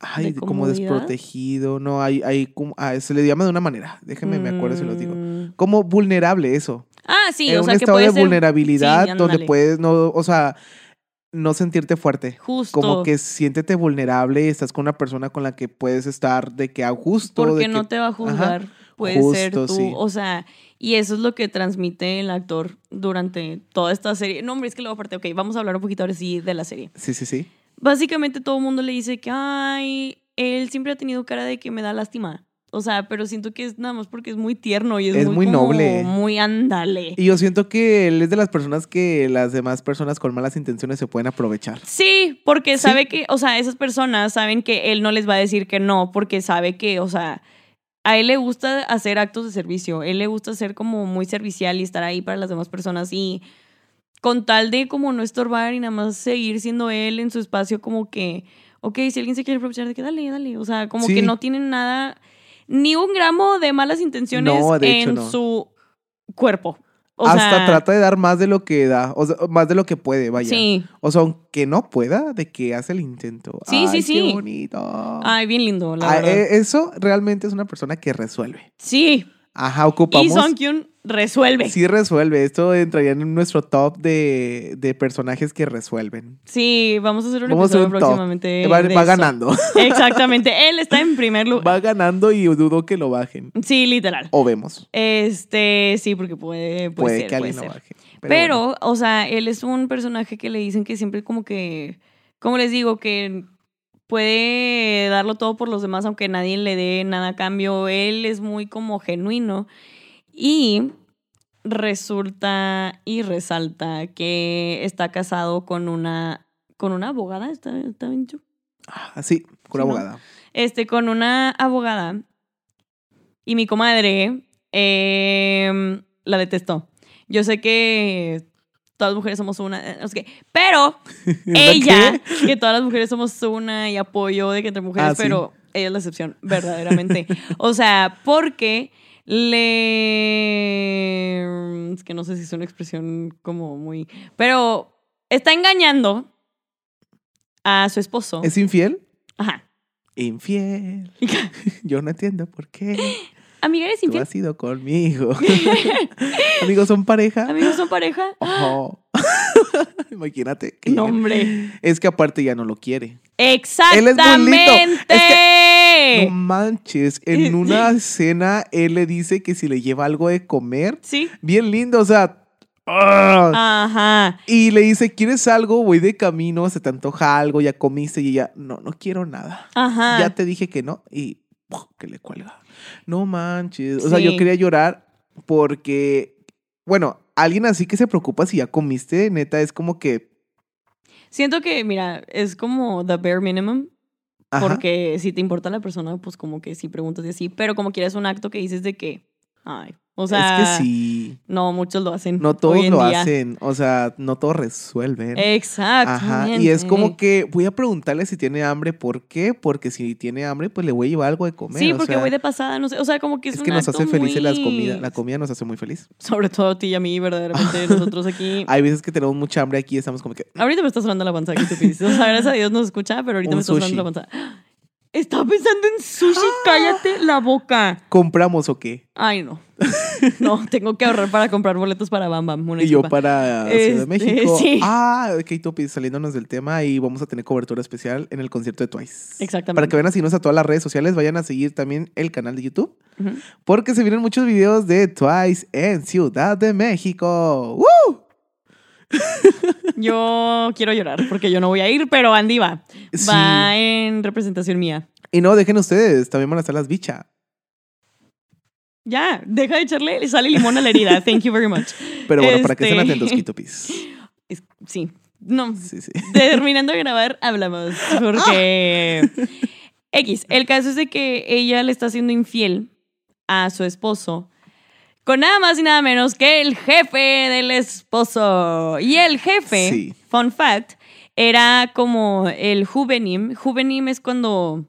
ay, ¿De como comodidad? desprotegido, no, hay, hay, como- ah, se le llama de una manera, déjame, me acuerdo si lo digo. Mm. Como vulnerable eso. Ah, sí, en o un sea, que estado puede de ser vulnerabilidad sí, donde ándale. puedes, no, o sea, no sentirte fuerte. justo. Como que siéntete vulnerable y estás con una persona con la que puedes estar de que a gusto. de porque que- no te va a juzgar, puede ser Justo, tú, sí. o sea, y eso es lo que transmite el actor durante toda esta serie. No, hombre, es que luego aparte, ok, vamos a hablar un poquito ahora sí de la serie. Sí, sí, sí. Básicamente todo el mundo le dice que, ay, él siempre ha tenido cara de que me da lástima. O sea, pero siento que es nada más porque es muy tierno y es, Es muy como noble. Muy ándale. Y yo siento que él es de las personas que las demás personas con malas intenciones se pueden aprovechar. Sí, porque Sí. sabe que, o sea, esas personas saben que él no les va a decir que no, porque sabe que, o sea, a él le gusta hacer actos de servicio, él le gusta ser como muy servicial y estar ahí para las demás personas y con tal de como no estorbar y nada más seguir siendo él en su espacio como que, ok, si alguien se quiere aprovechar de que dale, dale, o sea, como Sí. que no tienen nada, ni un gramo de malas intenciones No, de hecho, en no. su cuerpo. O Hasta sea, trata de dar más de lo que da, o sea, más de lo que puede, vaya. Sí, O sea, aunque no pueda, de que hace el intento. Sí, sí, Ay, sí. Qué bonito. ay, bien lindo, la Ah, verdad. eh, eso realmente es una persona que resuelve. sí, Ajá, Y ocupamos. Song Kyun resuelve. Sí. Sí resuelve. Esto entraría en nuestro top de, de personajes que resuelven. vamos a hacer un Vamos a hacer episodio un top. próximamente. va de va eso. ganando. Exactamente. Él está en primer lugar. Va ganando y dudo que lo bajen. Sí, literal. O vemos. Este, sí, porque puede, puede, Puede ser, que alguien puede lo ser. baje. Pero, o sea, él es un personaje que le dicen que siempre como que, como les digo, que puede darlo todo por los demás aunque nadie le dé nada a cambio. Él es muy como genuino y resulta y resalta que está casado con una con una abogada, está, está bien chu- Así, con una Sí, ¿no? ah, abogada. este, con una abogada y mi comadre em, la detestó. Yo sé que todas las mujeres somos una, eh, no sé qué, pero ella, que todas las mujeres somos una y apoyo de que entre mujeres, Ah, sí. pero ella es la excepción, verdaderamente. o sea, porque le... Es que no sé si es una expresión como muy... Pero está engañando a su esposo. ¿Es infiel? Ajá. Infiel. Yo no entiendo por qué. Amiga, eres Tú infiel. has ido conmigo. Amigos, ¿son pareja? Amigos son pareja. Ojo. Imagínate. que- No, hombre. Es que aparte ya no lo quiere. Él es muy lindo. Exactamente. Es Eh. No manches. En una cena, él le dice que si le lleva algo de comer, Sí. bien lindo, o sea. ¡ah! Ajá. Y le dice, ¿quieres algo? Voy de camino, se te antoja algo, ya comiste y ella, no, no quiero nada. Ajá. Ya te dije que no y ¡puf! que le cuelga. No manches. O sea, yo Sí. quería llorar porque, bueno, alguien así que se preocupa si ya comiste, neta, es como que... Siento que, mira, es como the bare minimum. ajá, Porque si te importa la persona, pues como que sí preguntas y así. Pero como quieras un acto que dices de que. Ay. O sea. es que sí, No, muchos lo hacen. no hoy todos en lo día. hacen, o sea, no todos resuelven. Exacto. Ajá, y es como que voy a preguntarle si tiene hambre, ¿por qué? Porque si tiene hambre, pues le voy a llevar algo de comer. Sí, o porque sea, voy de pasada, no sé. O sea, como que es, Es que un nos acto hace felices las muy- comidas. La comida nos hace muy feliz. Sobre todo a ti y a mí, verdaderamente, nosotros aquí. Hay veces que tenemos mucha hambre aquí y estamos como que. Ahorita me estás sonando la panza que tú pides. O sea, gracias a Dios nos escucha, pero ahorita Un me estás sonando la sushi. Ah. panza. Estaba pensando en sushi, cállate la boca. ¿Compramos o qué? Ay, no. No, tengo que ahorrar para comprar boletos para Bam Bam. Una Y yo disculpa. para Ciudad de Este, México. sí. Ah, Keito saliéndonos del tema y vamos a tener cobertura especial en el concierto de Twice. Exactamente. Para que vayan a seguirnos a todas las redes sociales, vayan a seguir también el canal de YouTube, Ujú. porque se vienen muchos videos de Twice en Ciudad de México. ¡Woo! Yo quiero llorar porque yo no voy a ir, pero Andy va. Sí. Va en representación mía. Y no, dejen ustedes, también van a estar las bichas. Ya, deja de echarle sale limón a la herida. Thank you very much. Pero bueno, para que estén Este. atentos, Keito Piz. Es- Sí. No, Sí, sí. terminando de grabar, hablamos. Porque. X. El caso es de que ella le está haciendo infiel a su esposo. Con nada más y nada menos que el jefe del esposo. Y el jefe, Sí. fun fact, era como el juvenim. Juvenim es cuando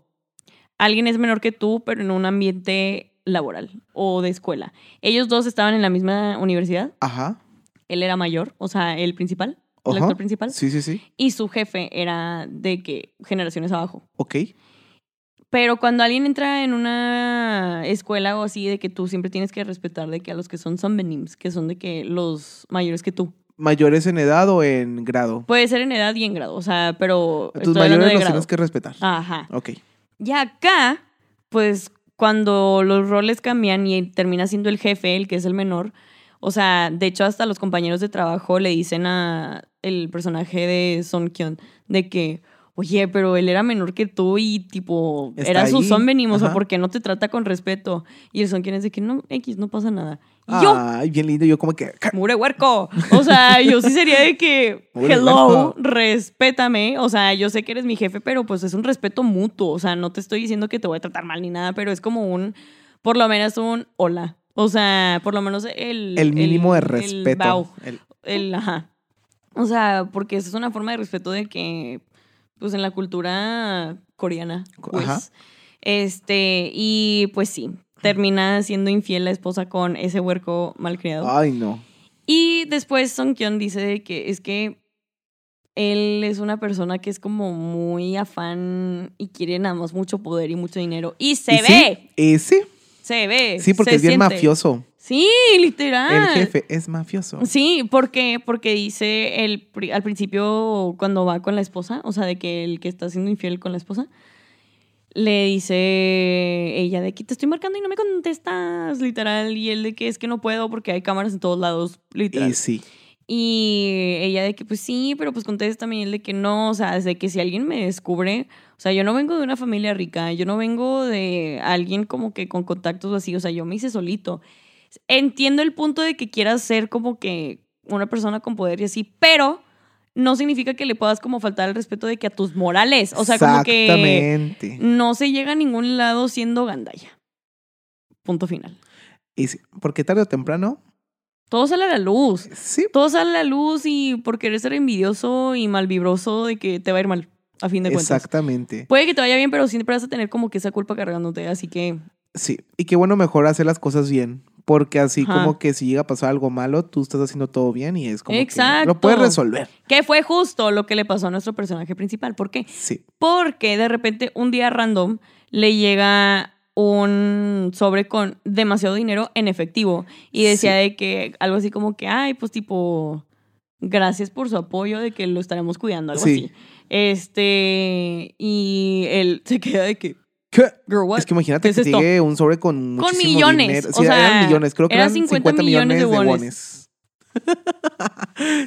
alguien es menor que tú, pero en un ambiente laboral o de escuela. Ellos dos estaban en la misma universidad. Ajá. Él era mayor, o sea, el principal, el Ajá. actor principal Sí, sí, sí. y su jefe era de que generaciones abajo. Ok. Pero cuando alguien entra en una escuela o así, de que tú siempre tienes que respetar de que a los que son sunbenims, que son de que los mayores que tú. ¿Mayores en edad o en grado? Puede ser en edad y en grado, o sea, pero Tus estoy hablando mayores de los grado. tienes que respetar. Ajá. Ok. Y acá, pues cuando los roles cambian y termina siendo el jefe, el que es el menor, o sea, de hecho hasta los compañeros de trabajo le dicen a el personaje de Son Kyon de que, oye, pero él era menor que tú y tipo, Está era su ahí, son venimos, o sea, ajá. ¿por qué no te trata con respeto? Y el Son Kyon es de que no, X, no pasa nada. Ah, Y yo, Ay, bien lindo. Yo como que... mure huerco. O sea, yo sí sería de que, Mure hello, huerco. respétame. O sea, yo sé que eres mi jefe, pero pues es un respeto mutuo. O sea, no te estoy diciendo que te voy a tratar mal ni nada, pero es como un, por lo menos un hola. O sea, por lo menos el... El mínimo de El, bau, respeto. El- el- ajá. O sea, porque esa es una forma de respeto de que, pues en la cultura coreana, pues, Ajá. este, y pues sí, termina siendo infiel la esposa con ese huerco malcriado. Ay, no. Y después Song Kyon dice de que es que él es una persona que es como muy afán y quiere nada más mucho poder y mucho dinero. Y se ¿Y ve, sí? ¿Y sí? se ve. Sí, porque se es bien siente. mafioso. Sí, El literal. jefe es mafioso. Sí, porque porque dice el pri- al principio cuando va con la esposa, o sea, de que el que está siendo infiel con la esposa le dice ella de que te estoy marcando y no me contestas, literal, y él de que es que no puedo porque hay cámaras en todos lados, literal. Y sí. Y ella de que, pues sí, pero pues contesta también él de que no, o sea, de que si alguien me descubre, o sea, yo no vengo de una familia rica, yo no vengo de alguien como que con contactos o así, o sea, yo me hice solito. Entiendo el punto de que quieras ser como que una persona con poder y así, pero no significa que le puedas como faltar el respeto de que a tus morales, o sea, como que Exactamente. no se llega a ningún lado siendo gandalla. Punto final. Y sí, Porque tarde o temprano... Todo sale a la luz. Sí. todo sale a la luz y por querer ser envidioso y malvibroso de que te va a ir mal, a fin de cuentas. Exactamente. Puede que te vaya bien, pero siempre vas a tener como que esa culpa cargándote, así que Sí. Y qué bueno mejor hacer las cosas bien. Porque así Ajá. como que si llega a pasar algo malo, tú estás haciendo todo bien y es como que Exacto. lo puedes resolver. que fue justo lo que le pasó a nuestro personaje principal. ¿Por qué? Sí. Porque de repente un día random le llega un sobre con demasiado dinero en efectivo y decía de que algo así como que, ay, pues tipo, gracias por su apoyo, de que lo estaremos cuidando, algo Sí. así. Este, y él se queda de que, ¿Qué? girl, what? Es que imagínate ¿Qué es que esto? llegue un sobre con Con muchísimo millones, dinero. o Sí, sea, eran millones, creo que eran eran 50 millones de wones.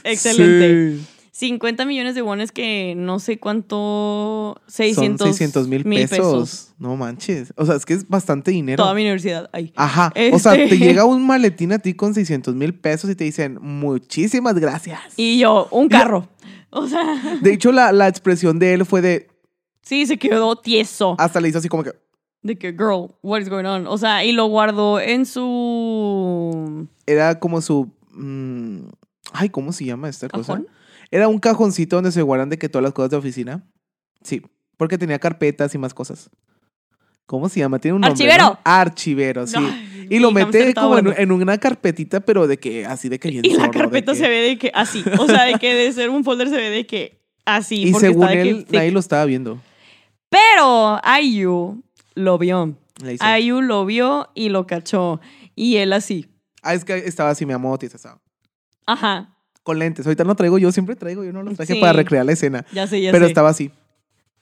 Excelente. Sí. 50 millones de wones que no sé cuánto, 600, Son 600 mil pesos. No manches. O sea, es que es bastante dinero. Toda mi universidad, ay. Ajá. O sea, Este- te llega un maletín a ti con 600 mil pesos y te dicen, muchísimas gracias. Y yo, un carro. O sea, De hecho, la, la expresión de él fue de, sí, se quedó tieso. hasta le hizo así como que, De que, girl, what is going on? O sea, y lo guardó en su. era como su... mm, ay, ¿cómo se llama esta cosa? ¿Cajón? Era un cajoncito donde se guardan de que todas las cosas de oficina. Sí, porque tenía carpetas y más cosas. ¿Cómo se llama? Tiene un nombre, Archivero. ¿no? Archivero, sí. Ay, y lo mi hamster mete estaba como en, volando. en una carpetita, pero de que así de que bien Y la zorro, de carpeta que- se ve de que así. O sea, de que de ser un folder se ve de que así. Y porque según está de que él, thick. nadie lo estaba viendo. Pero IU lo vio. Le hizo, IU lo vio y lo cachó. Y él así. Ah, es que estaba así, mi amor, tío, estaba. Ajá, Con lentes. Ahorita no traigo, yo siempre traigo, yo no los traje Sí. para recrear la escena. ya sé, ya pero sé. estaba así.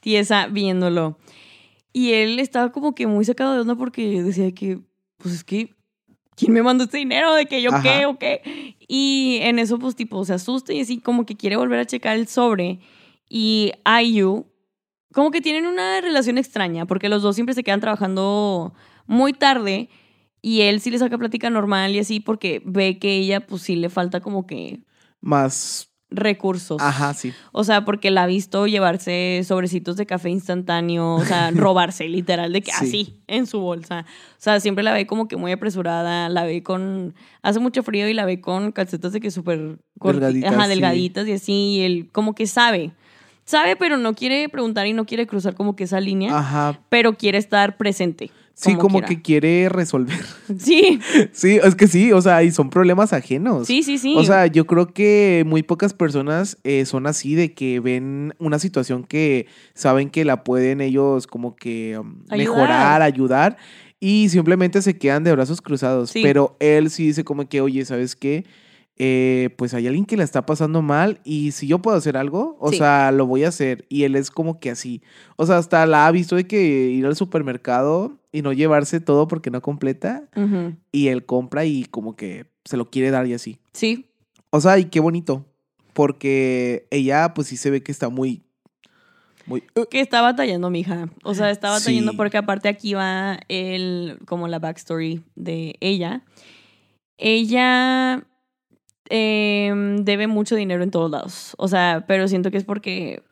tiesa viéndolo. Y él estaba como que muy sacado de onda porque decía que, pues es que, ¿quién me mandó este dinero? ¿De que yo qué Ajá. o qué? Y en eso, pues tipo, se asusta y así como que quiere volver a checar el sobre. Y Ayu, como que tienen una relación extraña porque los dos siempre se quedan trabajando muy tarde. Y él sí le saca plática normal y así porque ve que ella pues sí le falta como que Más. recursos. Ajá, sí. O sea, porque la ha visto llevarse sobrecitos de café instantáneo, o sea, robarse literal de que Sí. así en su bolsa. O sea, siempre la ve como que muy apresurada, la ve con hace mucho frío y la ve con calcetas de que súper corti- Delgaditas, ajá, sí. delgaditas y así y él como que sabe. Sabe, pero no quiere preguntar y no quiere cruzar como que esa línea, Ajá. pero quiere estar presente. Ah. Sí, como, quiera. que quiere resolver. Sí, sí, es que sí, o sea, y son problemas ajenos. sí, sí, sí. O sea, yo creo que muy pocas personas eh, son así de que ven una situación que saben que la pueden ellos como que um, Ayudar. mejorar, ayudar y simplemente se quedan de brazos cruzados. Sí. Pero él sí dice como que, oye, ¿sabes qué? Eh, pues hay alguien que la está pasando mal y si yo puedo hacer algo, o Sí. sea, lo voy a hacer. Y él es como que así. O sea, hasta la ha visto de que ir al supermercado y no llevarse todo porque no completa Ujú. y él compra y como que se lo quiere dar y así. Sí, O sea, y qué bonito. Porque ella, pues sí se ve que está muy. Muy. uh, que está batallando, mija. O sea, está batallando Sí. porque aparte aquí va el, como la backstory de ella. Ella em, debe mucho dinero en todos lados. O sea, pero siento que es porque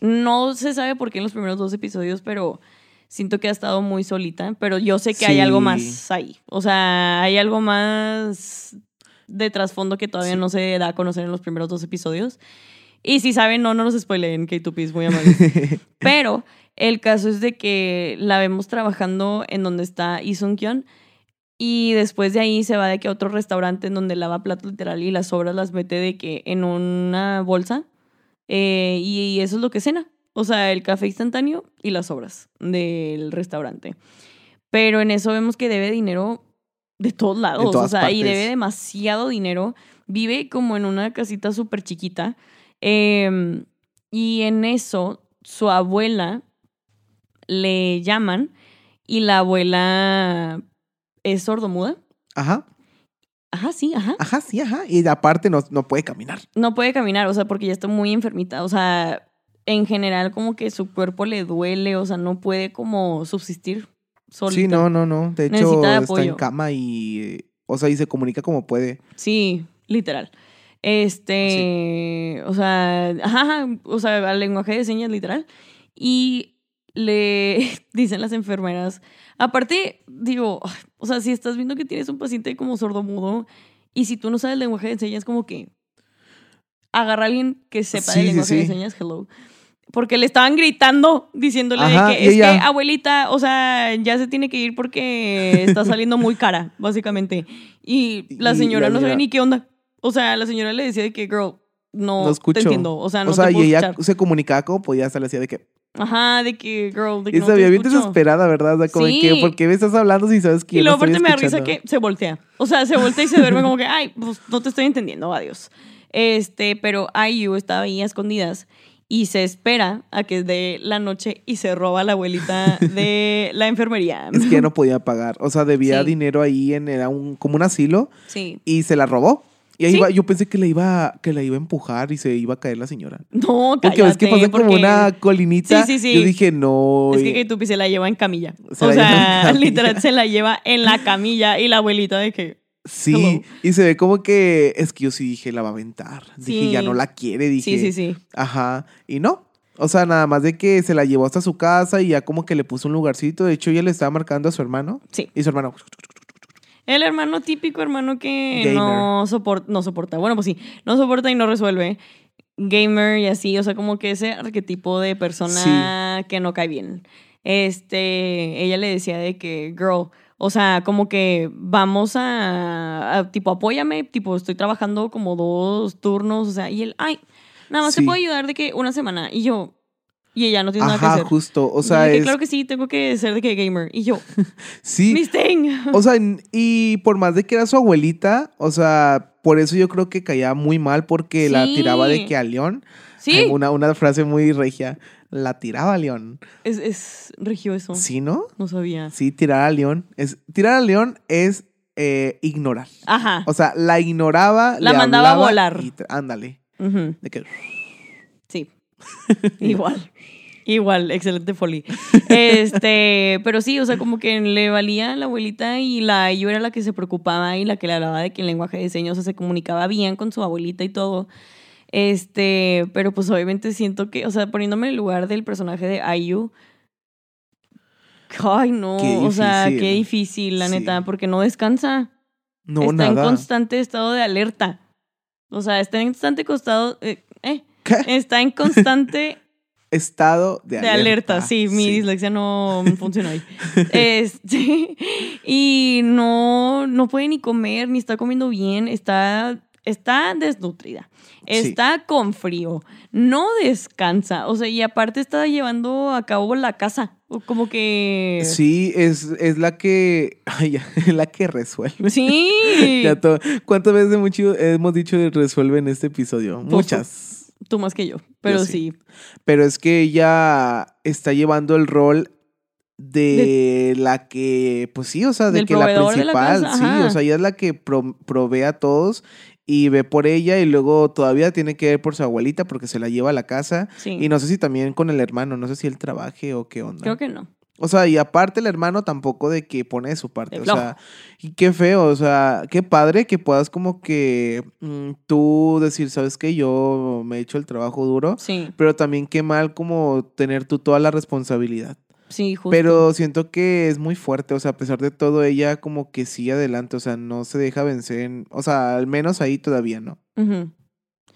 no se sabe por qué en los primeros dos episodios, pero siento que ha estado muy solita. Pero yo sé que hay algo Sí. más ahí. O sea, hay algo más de trasfondo que todavía Sí. no se da a conocer en los primeros dos episodios. Y si saben, no, no nos spoileen, K2P es muy amable. Pero el caso es de que la vemos trabajando en donde está Isun Kyon. Y después de ahí se va de que a otro restaurante en donde lava platos literal y las sobras las mete de que en una bolsa. eh, y, eso es lo que cena. O sea, el café instantáneo y las sobras del restaurante. Pero en eso vemos que debe dinero de todos lados. o todas sea, y partes. debe demasiado dinero. Vive como en una casita súper chiquita. Eh, y en eso, su abuela le llaman y la abuela es sordomuda. ajá, Ajá, sí, ajá. ajá, sí, ajá. Y aparte no, no puede caminar. No puede caminar, o sea, porque ya está muy enfermita. O sea, en general como que su cuerpo le duele, o sea, no puede como subsistir solita. Sí, no, no, no. De hecho, Necesita de está en apoyo. cama y. eh, O sea, y se comunica como puede. Sí, literal. ¿Ah, Este, o sea, ajá, ajá, o sea, al lenguaje de señas, literal. Y le dicen las enfermeras, aparte, digo, o sea, si estás viendo que tienes un paciente como sordomudo y si tú no sabes el lenguaje de señas, como que agarra a alguien que sepa Sí, el sí, lenguaje de sí. señas, hello. Porque le estaban gritando, diciéndole de Ajá, que y es que, ella- abuelita, o sea, ya se tiene que ir porque está saliendo muy cara, básicamente. Y la Y señora la no sabía señora- ni qué onda. O sea, la señora le decía de que, girl, no, No te escucho. entiendo. O sea, no o sea, te y puedo ella escuchar. se comunicaba como podía hasta le hacía de que. Ajá, de que, girl, de que. no Esa te bien escucho. desesperada, ¿verdad? O sea, como de Sí. que, ¿por qué me estás hablando si sabes que Y yo no luego aparte estoy me da risa escuchando? que se voltea. O sea, se voltea y se duerme como que, ay, pues no te estoy entendiendo, adiós. Este, pero IU estaba ahí a escondidas y se espera a que dé la noche y se roba a la abuelita de la enfermería. Es que ya no podía pagar. O sea, debía Sí. dinero ahí en era un, como un asilo Sí. y se la robó. Y ahí Sí. iba- yo pensé que la iba, que la iba a empujar y se iba a caer la señora. No, cállate. Porque ves que pasa como porque una colinita. Sí, sí, sí. Yo dije, no. Es y- que Ketupi se la lleva en camilla. Se o la lleva sea, en camilla. literal se la lleva en la camilla y la abuelita de que. Sí, Hello. y se ve como que es que yo sí dije, la va a aventar. Sí. Dije, ya no la quiere, dije. Sí, sí, sí. Ajá, y no. O sea, nada más de que se la llevó hasta su casa y ya como que le puso un lugarcito. De hecho, ella le estaba marcando a su hermano. Sí. Y su hermano. El hermano típico, hermano que Gamer. no soporta, no soporta, bueno, pues sí, no soporta y no resuelve. Gamer y así, o sea, como que ese arquetipo de persona que no cae bien. Este, ella le decía de que, girl, o sea, como que vamos a, a- tipo, apóyame, tipo, estoy trabajando como dos turnos, o sea, y él, ay, nada más te Sí. puedo ayudar de que una semana, y yo, y ella no tiene nada que Ajá, hacer. justo. O Y sea, de que, es. claro que sí, tengo que ser de que gamer, y yo, Sí. mis thing. O sea, n- y por más de que era su abuelita, o sea, por eso yo creo que caía muy mal porque la Sí. tiraba de que a León. Sí, Una, una frase muy regia. La tiraba a León. Es, es regio eso. ¿Sí, no? No sabía. Sí, tirar a León. Es, tirar a León es eh, ignorar. Ajá. O sea, la ignoraba. La le mandaba a hablaba volar. y tra- ándale. Ujú. De que, Sí. Igual. Igual, excelente folly. Este, pero sí, o sea, como que le valía a la abuelita y la yo era la que se preocupaba y la que le hablaba de que el lenguaje de señas o sea, se comunicaba bien con su abuelita y todo. Este, pero pues obviamente siento que, o sea, poniéndome en el lugar del personaje de Ayu. Ay, no, Qué o sea, qué difícil. difícil, la Sí. neta, porque no descansa. No, está en nada. constante estado de alerta. O sea, está en constante costado. eh, eh, ¿Qué? está en constante Estado de de, alerta. alerta. Sí, mi dislexia no funciona ahí. Este, y no, no puede ni comer, ni está comiendo bien, está, está desnutrida. Sí. Está con frío, no descansa, o sea, y aparte está llevando a cabo la casa, o como que... Sí, es, es la que. ay, ya, la que resuelve. Sí. Ya todo- ¿Cuántas veces hemos dicho- hemos dicho de resuelve en este episodio? Pues, Muchas. Tú más que yo, pero Yo sí. sí. Pero es que ella está llevando el rol de, la que, pues sí, o sea, de Del que la proveedor de la principal, casa, sí, ajá. o sea, ella es la que pro- provee a todos y ve por ella y luego todavía tiene que ver por su abuelita porque se la lleva a la casa. sí. Y no sé si también con el hermano, no sé si él trabaje o qué onda. Creo que no. O sea, y aparte el hermano tampoco de que pone de su parte. De O flojo. sea, y qué feo, o sea, qué padre que puedas como que mm, tú decir, ¿sabes qué? Yo me he hecho el trabajo duro, Sí, pero también qué mal como tener tú toda la responsabilidad. sí, justo. Pero siento que es muy fuerte, o sea, a pesar de todo, ella como que sigue adelante, o sea, no se deja vencer, en- o sea, al menos ahí todavía no. Ujú.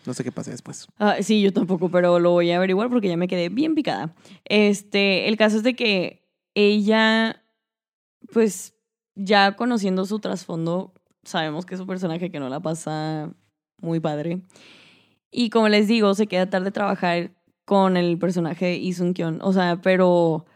No sé qué pasa después. Ah, sí, yo tampoco, pero lo voy a averiguar porque ya me quedé bien picada. Este, el caso es de que ella, pues, ya conociendo su trasfondo, sabemos que es un personaje que no la pasa muy padre. Y como les digo, se queda tarde trabajar con el personaje de Isun Kyon. O sea, pero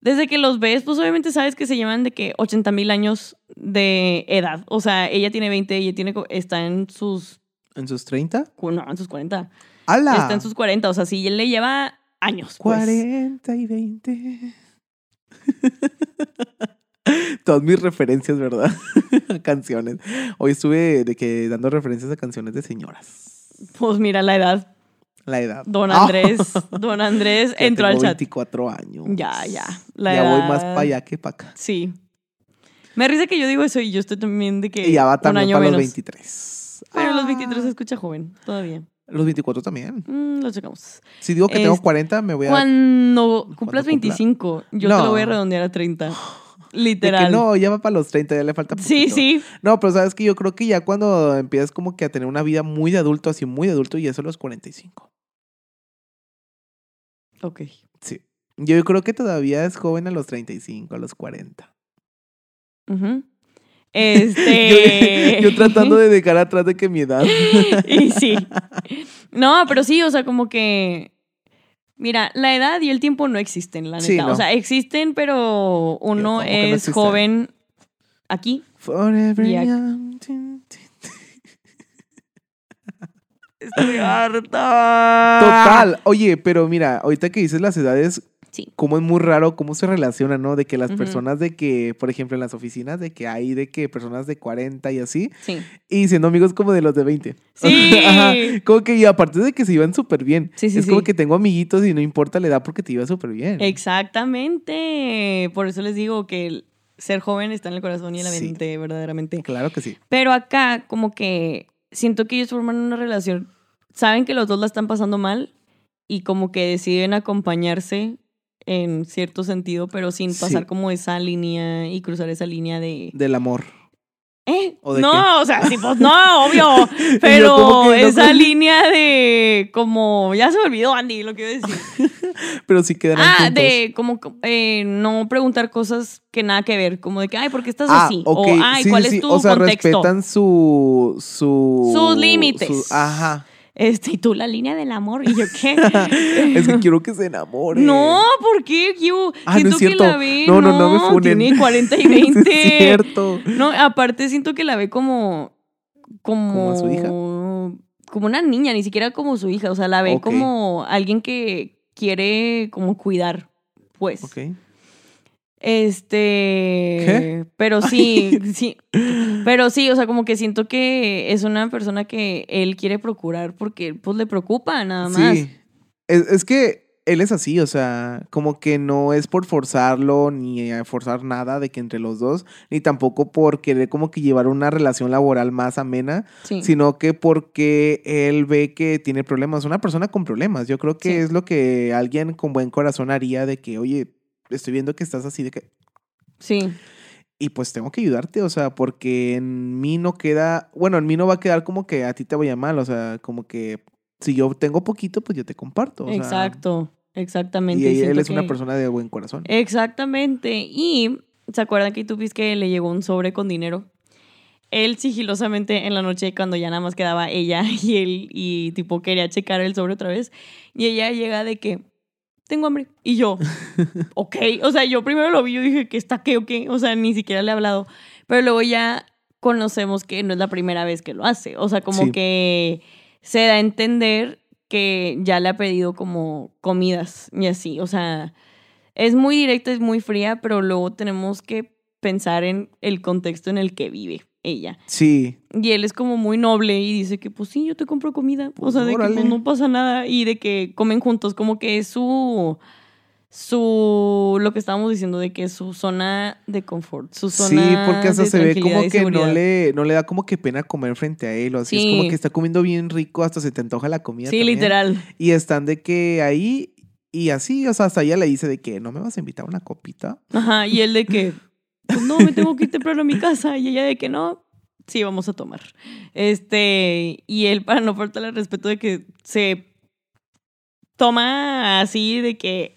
desde que los ves, pues obviamente sabes que se llevan de que 80 mil años de edad. O sea, ella tiene 20, ella tiene, co- está en sus, ¿En sus 30? cu- no, en sus 40. ¡Hala! Está en sus 40, o sea, sí, él le lleva años. pues. 40 y 20. Todas mis referencias, ¿verdad? A canciones. Hoy estuve de que dando referencias a canciones de señoras. Pues mira la edad. La edad. Don Ah, Andrés, don Andrés ya entró al tengo chat. 24 años. Ya, ya. La ya voy edad- más para allá que para acá. Sí. Me risa que yo digo eso y yo estoy también de que Y ya va un también año para los menos. 23. Pero los Ah, 23 se escucha joven todavía. Los 24 también. Mm, lo checamos. Si digo que Es- tengo 40, me voy a. Cuando cumpla. cumplas 25, yo te lo No. voy a redondear a 30. De Literal. que no, ya va para los 30, ya le falta poquito. sí, sí. No, pero sabes que yo creo que ya cuando empiezas como que a tener una vida muy de adulto, así muy de adulto, ya son los 45. Ok. Sí. Yo creo que todavía es joven a los 35, a los 40. Ujú. Yo- Este. Yo, tratando de dejar atrás de que mi edad. y sí. No, pero sí, o sea, como que Mira, la edad y el tiempo no existen, la neta. Sí, no. O sea, existen, pero uno ¿cómo que no es existen? joven aquí. Forever Y ac- young, tin, tin. Estoy harta. Total. Oye, pero mira, ahorita que dices las edades, Sí. cómo es muy raro cómo se relaciona, ¿no? De que las Ujú. personas de que, por ejemplo, en las oficinas, de que hay de que personas de 40 y así, Sí. y siendo amigos como de los de 20. Sí. Ajá. Como que, y aparte de que se iban súper bien. Sí, sí, es como sí. que tengo amiguitos y no importa la edad porque te iba súper bien. Exactamente. Por eso les digo que el ser joven está en el corazón y en la Sí. mente, verdaderamente. Claro que sí. Pero acá, como que siento que ellos forman una relación. Saben que los dos la están pasando mal y como que deciden acompañarse en cierto sentido, pero sin Sí. pasar como esa línea y cruzar esa línea de. Del amor. ¿Eh? ¿O de no, qué? o sea, sí, pues no, obvio. como Pero que no esa creo- línea de como. Ya se me olvidó, Andy, lo que iba a decir. Pero sí quedaron Ah, juntos. de como eh, no preguntar cosas que nada que ver, como de que, ay, ¿por qué estás Ah, así? ok. O, ay, Sí, ¿cuál sí, sí. es tu O sea, contexto? respetan su... su Sus límites. ajá. Este, y tú la línea del amor, y yo qué. es que quiero que se enamoren. no, ¿por qué? Yo Ah, no siento es cierto. que la ve. No, no, no me funen. Tiene 40 y es 20. cierto. No, aparte siento que la ve como. Como. ¿Como a su hija? Como una niña, ni siquiera como su hija. O sea, la ve Ok. como alguien que quiere como cuidar. Pues. Ok. Este. Pero sí, sí. Pero sí, o sea, como que siento que es una persona que él quiere procurar porque pues le preocupa nada más. Sí. Es, es que él es así, o sea, como que no es por forzarlo ni a forzar nada de que entre los dos, ni tampoco por querer como que llevar una relación laboral más amena, Sí. sino que porque él ve que tiene problemas, una persona con problemas. Yo creo que Sí. es lo que alguien con buen corazón haría de que, oye, estoy viendo que estás así de que Sí. y pues tengo que ayudarte, o sea, porque en mí no queda, bueno, en mí no va a quedar como que a ti te voy a mal, o sea, como que si yo tengo poquito, pues yo te comparto. o sea, Exacto. y Exactamente. él, siento es una que- eh, persona de buen corazón. Exactamente. Y ¿se acuerdan que tú viste que le llegó un sobre con dinero? Él sigilosamente en la noche cuando ya nada más quedaba ella y él y tipo quería checar el sobre otra vez y ella llega de que tengo hambre y yo ok, o sea, yo primero lo vi y dije que está qué o qué, o sea, ni siquiera le he hablado, pero luego ya conocemos que no es la primera vez que lo hace, o sea, como Sí. que se da a entender que ya le ha pedido como comidas y así, o sea, es muy directa, es muy fría, pero luego tenemos que pensar en el contexto en el que vive ella. Sí, Y él es como muy noble y dice que pues sí, yo te compro comida. o Pues, sea, de que pues, órale. no pasa nada y de que comen juntos, como que es su su lo que estábamos diciendo de que es su zona de confort, su zona sí, porque hasta de se ve tranquilidad como y que no seguridad. le, no le da como que pena comer frente a él, o así es Sí. como que está comiendo bien rico, hasta se te antoja la comida. Sí, también. literal. Y están de que ahí, y así, o sea, hasta ella le dice de que no me vas a invitar a una copita. Ajá, y él de que pues, no me tengo que ir temprano a mi casa y ella de que no Sí, vamos a tomar. Este, y él para no faltarle el respeto de que se toma así de que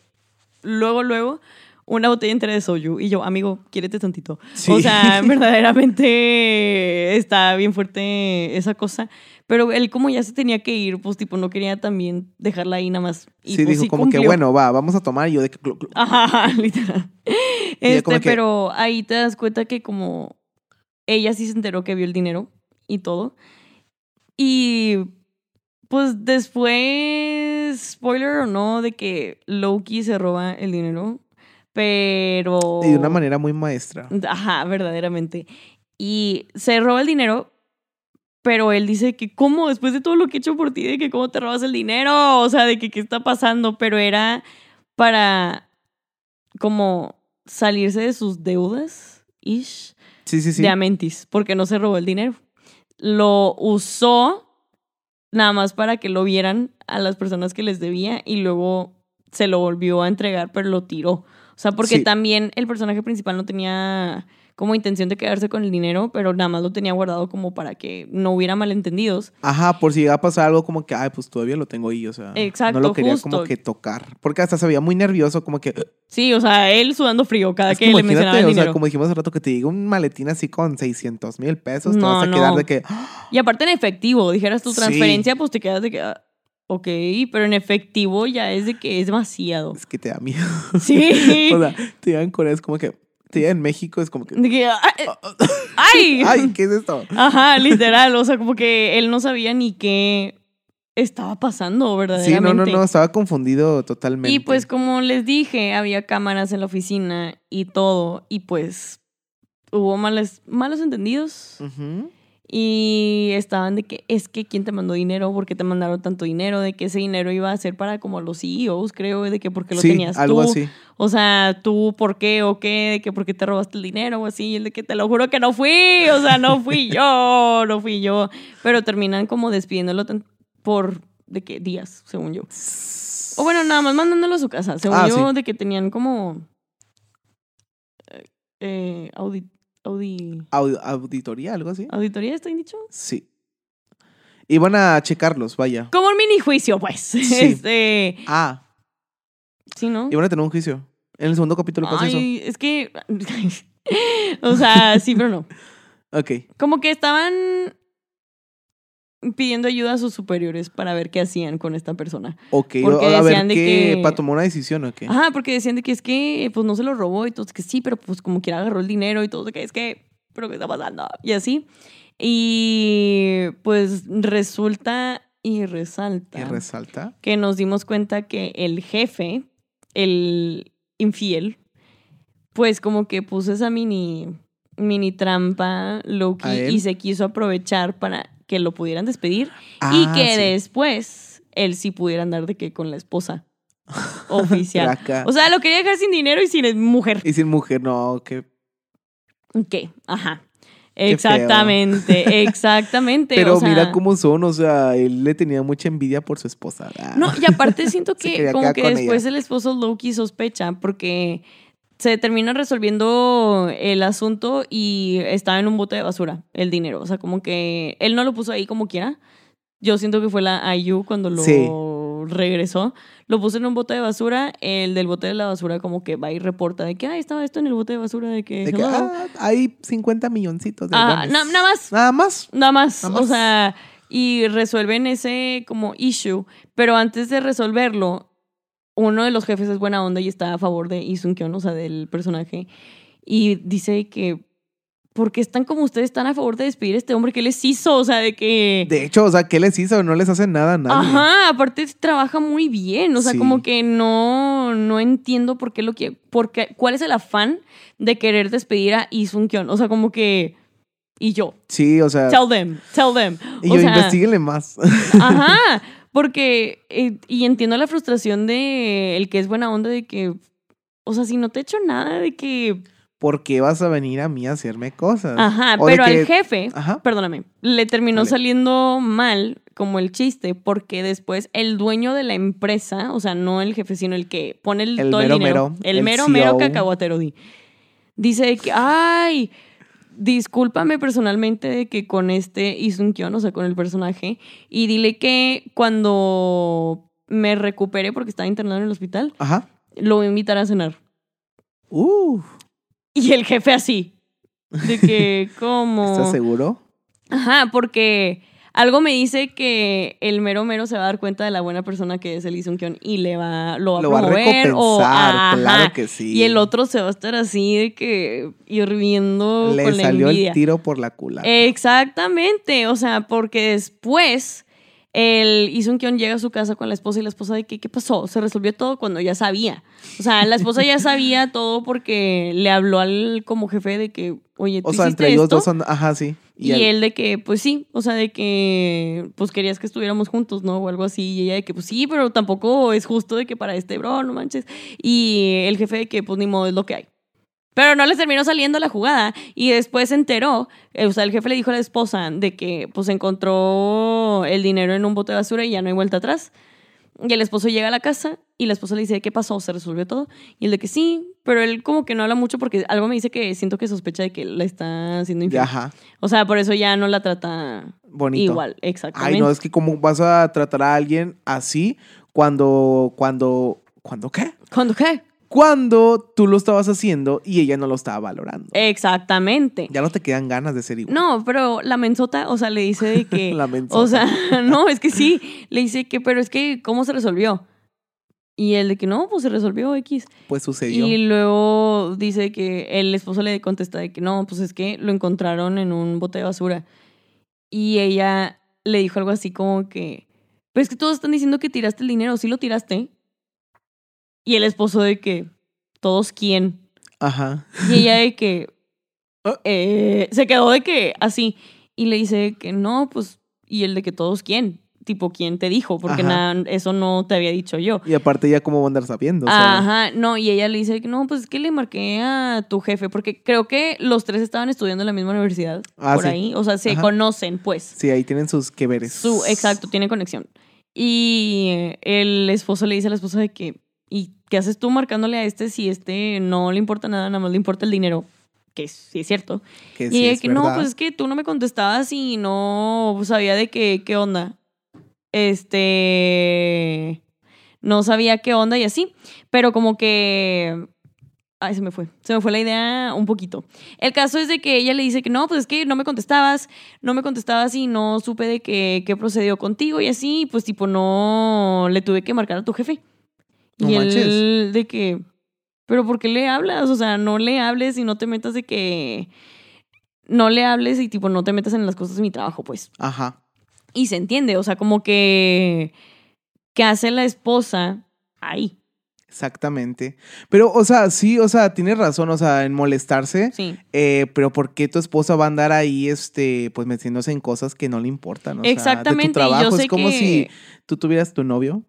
luego, luego, una botella entera de soju. Y yo, amigo, quiérete tantito. Sí. O sea, verdaderamente está bien fuerte esa cosa. Pero él como ya se tenía que ir, pues tipo no quería también dejarla ahí nada más. Y, sí, pues, dijo como que cumplió. bueno, va, vamos a tomar. Y yo de que, "Clu, clu". Ajá, ajá, literal. ella como Este, que- pero ahí te das cuenta que como ella sí se enteró que vio el dinero y todo. Y pues después, spoiler o no, de que Loki se roba el dinero, pero... y de una manera muy maestra. Mm, Ajá, verdaderamente. Y se roba el dinero, pero él dice que, ¿cómo? Después de todo lo que he hecho por ti, de que cómo te robas el dinero, o sea, de que qué está pasando, pero era para como salirse de sus deudas, ish, Sí, sí, sí. de Amentis, porque no se robó el dinero. Lo usó nada más para que lo vieran a las personas que les debía y luego se lo volvió a entregar, pero lo tiró. O sea, porque Sí. también el personaje principal no tenía como intención de quedarse con el dinero, pero nada más lo tenía guardado como para que no hubiera malentendidos. Ajá, por si llega a pasar algo como que, ay, pues todavía lo tengo ahí, o sea. Exacto, No lo quería como justo. que tocar. Porque hasta se veía muy nervioso, como que. Sí, o sea, él sudando frío cada es Ah, que que le mencionaba el imagínate, o sea, dinero. como dijimos hace rato, que te llegue un maletín así con 600 mil pesos, te No, vas a no. quedar de que. ¡ah! Y aparte en efectivo, dijeras tu Sí. transferencia, pues te quedas de que... ah, Ok, pero en efectivo ya es de que es demasiado. Es que te da miedo. Sí. o sea, te llegan en Corea, es como que. Te llegan en México, es como que. De que, ¡ay! ¡Ay! Ah, ¡Ay! ¿Qué es esto? Ajá, literal. O sea, como que él no sabía ni qué estaba pasando, Sí, verdaderamente. no, no, no. Estaba confundido totalmente. Y pues, como les dije, había cámaras en la oficina y todo. Y pues hubo males- malos entendidos. Ujú. Y estaban de que es que quién te mandó dinero, por qué te mandaron tanto dinero, de que ese dinero iba a ser para como los CEOs, creo, de que porque lo sí, tenías algo tú. así. O sea, tú por qué o qué, de que por qué te robaste el dinero o así, y el de que te lo juro que no fui, o sea, no fui yo, no fui yo. Pero terminan como despidiéndolo tan- por de que días, según yo. O bueno, nada más mandándolo a su casa, según Ah, yo, de que tenían como eh, eh, audi- audi- Au- auditoría, algo así. auditoría, ¿está bien dicho? Sí. Iban a checarlos, vaya. Como un mini juicio, pues. Sí. Este, Ah, sí, ¿no? iban a tener un juicio. En el segundo capítulo pasa eso. Ay, es que. o sea, sí, pero no. Ok. Como que estaban pidiendo ayuda a sus superiores para ver qué hacían con esta persona. Ok. o- Porque a ver, decían de ¿qué? que- Ah, ¿Para tomar una decisión o qué? Ajá, porque decían de que es que pues no se lo robó y todo, que sí, pero pues como quiera agarró el dinero y todo, de que es que, pero qué está pasando y así. Y pues resulta y resalta. Y resalta. que nos dimos cuenta que el jefe, el infiel, pues como que puso esa mini, mini trampa Loki ¿A él? y se quiso aprovechar para que lo pudieran despedir Ah, y que sí. después él sí pudiera andar de que con la esposa oficial. Traca. O sea, lo quería dejar sin dinero y sin mujer. Y sin mujer, no, que. ¿Qué? Ajá. feo. Exactamente, exactamente. Pero o sea, mira cómo son, o sea, él le tenía mucha envidia por su esposa. Ah, No, y aparte siento Se que quería como quedar que con después el esposo Loki sospecha porque se termina resolviendo el asunto y estaba en un bote de basura el dinero. O sea, como que él no lo puso ahí como quiera. Yo siento que fue la IU cuando lo Sí. regresó. Lo puso en un bote de basura. El del bote de la basura como que va y reporta de que, ay, estaba esto en el bote de basura, de que... de que, hello". ah, hay 50 milloncitos de Ah, guanes. na- nada más. Nada más. Nada más, Nada más. o sea, y resuelven ese como issue, pero antes de resolverlo, uno de los jefes es buena onda y está a favor de Isun Kyon, o sea, del personaje, y dice que, ¿por qué están como ustedes están a favor de despedir a este hombre? ¿Qué les hizo? O sea, de que... De hecho, o sea, ¿qué les hizo? No les hacen nada a nadie. Ajá, aparte trabaja muy bien, o sea, Sí. como que no, no entiendo por qué lo que, por qué- cuál es el afán de querer despedir a Isun Kyon, o sea, como que, y yo, Sí, o sea. tell them, tell them. Ah. Y o yo, sea, investiguenle más. Ajá, porque, eh, y entiendo la frustración de el que es buena onda de que, o sea, si no te he hecho nada de que, ¿Por qué vas a venir a mí a hacerme cosas? ajá, O de pero que- al jefe, Ajá. perdóname, le terminó Dale. saliendo mal como el chiste, porque después el dueño de la empresa, o sea, no el jefe, sino el que pone el, El todo mero el dinero, mero, el, el E mero CEO. mero cacahuatero, di, dice de que, ay, discúlpame personalmente de que con este Isun Kyon, o sea, con el personaje, y dile que cuando me recupere porque estaba internado en el hospital, Ajá. lo voy a invitar a cenar. Uh, Y el jefe así, de que, ¿cómo? ¿estás seguro? Ajá, porque algo me dice que el mero mero se va a dar cuenta de la buena persona que es el Isun Kyon y le va, lo va Lo a va a promover. recompensar, o, ajá. claro que sí. Y el otro se va a estar así de que hirviendo Le con la salió envidia. Eh, el tiro por la culata. Exactamente, o sea, porque después el Isun Kyon llega a su casa con la esposa y la esposa de que, ¿qué pasó? Se resolvió todo cuando ya sabía. O sea, la esposa ya sabía todo porque le habló al como jefe de que, oye, ¿tú o sea, hiciste entre ellos esto? dos son. Ajá, sí. Y, al- él de que, pues sí, o sea, de que, pues querías que estuviéramos juntos, ¿no? O algo así. Y ella de que, pues sí, pero tampoco es justo de que para este bro, no manches. Y el jefe de que, pues ni modo, es lo que hay. Pero no les terminó saliendo la jugada y después se enteró, eh, o sea, el jefe le dijo a la esposa de que, pues encontró el dinero en un bote de basura y ya no hay vuelta atrás. Y el esposo llega a la casa y la esposa le dice, ¿qué pasó? ¿Se resolvió todo? Y él de que sí, pero él como que no habla mucho porque algo me dice que siento que sospecha de que la está haciendo infiel. Ajá. O sea, por eso ya no la trata Bonito. igual, exactamente. Ay, no, es que cómo vas a tratar a alguien así cuando, cuando, cuando qué? ¿Cuándo qué? cuando tú lo estabas haciendo y ella no lo estaba valorando. Eh, Exactamente. Ya no te quedan ganas de ser igual. No, pero la mensota, o sea, le dice de que. La mensota. o sea, no, es que sí. Le dice que, pero es que, ¿cómo se resolvió? Y él de que no, pues se resolvió X. Pues sucedió. Y luego dice que el esposo le contesta de que no, pues es que lo encontraron en un bote de basura. Y ella le dijo algo así como que, pero es que todos están diciendo que tiraste el dinero, sí lo tiraste. Y el esposo de que, ¿todos quién? Ajá. Y ella de que, Ah. eh, se quedó de que así. Y le dice que no, pues, y el de que todos quién, tipo, ¿quién te dijo? Porque Ajá. nada, eso no te había dicho yo. Y aparte ya cómo va a andar sabiendo. o sea, Ajá, no, y ella le dice que no, pues es que le marqué a tu jefe, porque creo que los tres estaban estudiando en la misma universidad, Ah, por sí. ahí, o sea, se Ajá. conocen, pues. Sí, ahí tienen sus que veres. Su, exacto, tiene conexión. Y eh, el esposo le dice a la esposa de que, ¿y qué haces tú marcándole a este si este no le importa nada, nada más le importa el dinero? Que sí es cierto. Que y sí ella es que no, verdad. pues es que tú no me contestabas y no sabía de qué, qué onda. Este. No sabía qué onda y así. Pero como que. Ay, se me fue. Se me fue la idea un poquito. El caso es de que ella le dice que no, pues es que no me contestabas, no me contestabas y no supe de qué, qué procedió contigo y así, pues tipo no le tuve que marcar a tu jefe. No y él manches. de que, pero ¿por qué le hablas? O sea, no le hables y no te metas de que, no le hables y tipo no te metas en las cosas de mi trabajo, pues. Ajá. Y se entiende, o sea, como que, que hace la esposa ahí, Exactamente. Pero, o sea, sí, o sea, tienes razón, o sea, en molestarse. sí. Eh, pero ¿por qué tu esposa va a andar ahí, este, pues metiéndose en cosas que no le importan? O sea, de tu Exactamente, y yo trabajo sé es como que- si tú tuvieras tu novio.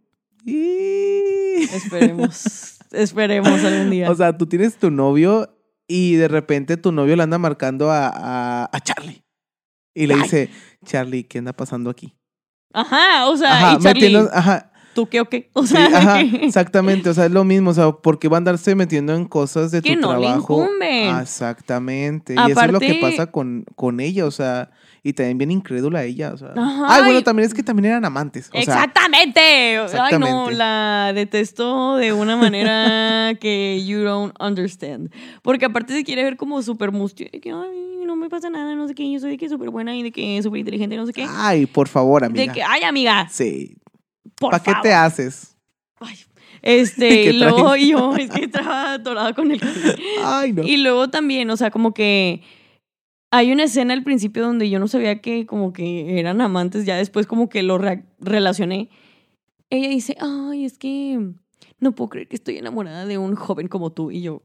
Y... Esperemos, esperemos algún día. O sea, tú tienes tu novio y de repente tu novio le anda marcando a, a, a Charlie. Y le Ay. dice, Charlie, ¿qué anda pasando aquí? ajá, o sea, Ajá, y Charlie, metiendo- ajá, ¿tú qué o qué? O sí, sea, ajá, que- exactamente. O sea, es lo mismo. O sea, porque va a andarse metiendo en cosas de Que tu no le trabajo. incumben. Ah, Exactamente. Y eso es lo que Aparte- pasa con, con ella, o sea, y también bien incrédula ella. O sea. Ajá, Ay, bueno, y- también es que también eran amantes. O sea, Exactamente. Ay, no, Exactamente. la detesto de una manera que you don't understand. Porque aparte se quiere ver como súper mustio, de que ay, no me pasa nada, no sé qué, yo soy de que súper buena y de que súper inteligente, no sé qué. ay, por favor, de Ah, amiga. que, ay, amiga, Sí. por ¿Para qué favor. te haces? Ay, Este, ¿Qué y luego traes? yo, es que estaba atorada con el café. Ay, no. Y luego también, o sea, como que hay una escena al principio donde yo no sabía que como que eran amantes, ya después como que lo re- relacioné. Ella dice, ay, es que no puedo creer que estoy enamorada de un joven como tú y yo.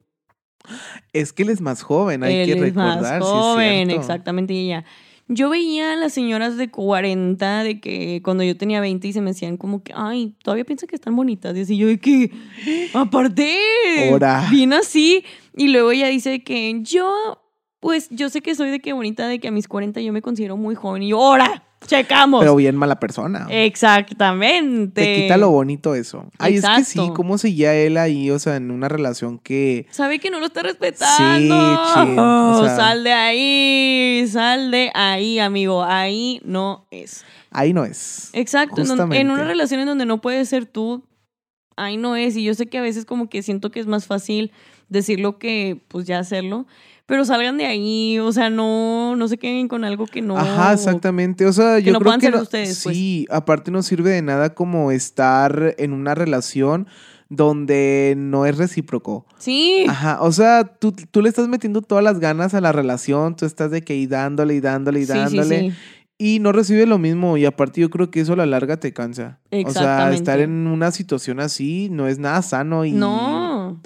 Es que él es más joven, hay él que es recordar. sí más es joven, cierto. exactamente, y ella. Yo veía a las señoras de 40, de que cuando yo tenía 20 y se me decían como que, ay, todavía piensan que están bonitas. Y así yo de que, aparte, Ora. bien así. Y luego ella dice que yo, pues yo sé que soy de que bonita, de que a mis 40 yo me considero muy joven. Y yo, ahora, checamos. Pero bien mala persona. Exactamente. Te quita lo bonito eso. Ay, es que sí, Este Exacto. cómo seguía él ahí, o sea, en una relación que Sabe que no lo está respetando. Oh, chin, o sea- sal de ahí, sal de ahí, amigo. Ahí no es. ahí no es. Exacto. en don- en Justamente. una relación en donde no puedes ser tú, ahí no es. Y yo sé que a veces como que siento que es más fácil decirlo que pues ya hacerlo. Pero salgan de ahí, o sea, no, no se queden con algo que no. Ajá, exactamente. O sea, que yo no creo puedan que ser no- ustedes, pues. sí, aparte no sirve de nada como estar en una relación donde no es recíproco. Sí. Ajá, o sea, tú, tú le estás metiendo todas las ganas a la relación, tú estás de que y dándole y dándole y Sí, sí, dándole sí. y no recibe lo mismo y aparte yo creo que eso a la larga te cansa. O sea, Exactamente. estar en una situación así no es nada sano y No,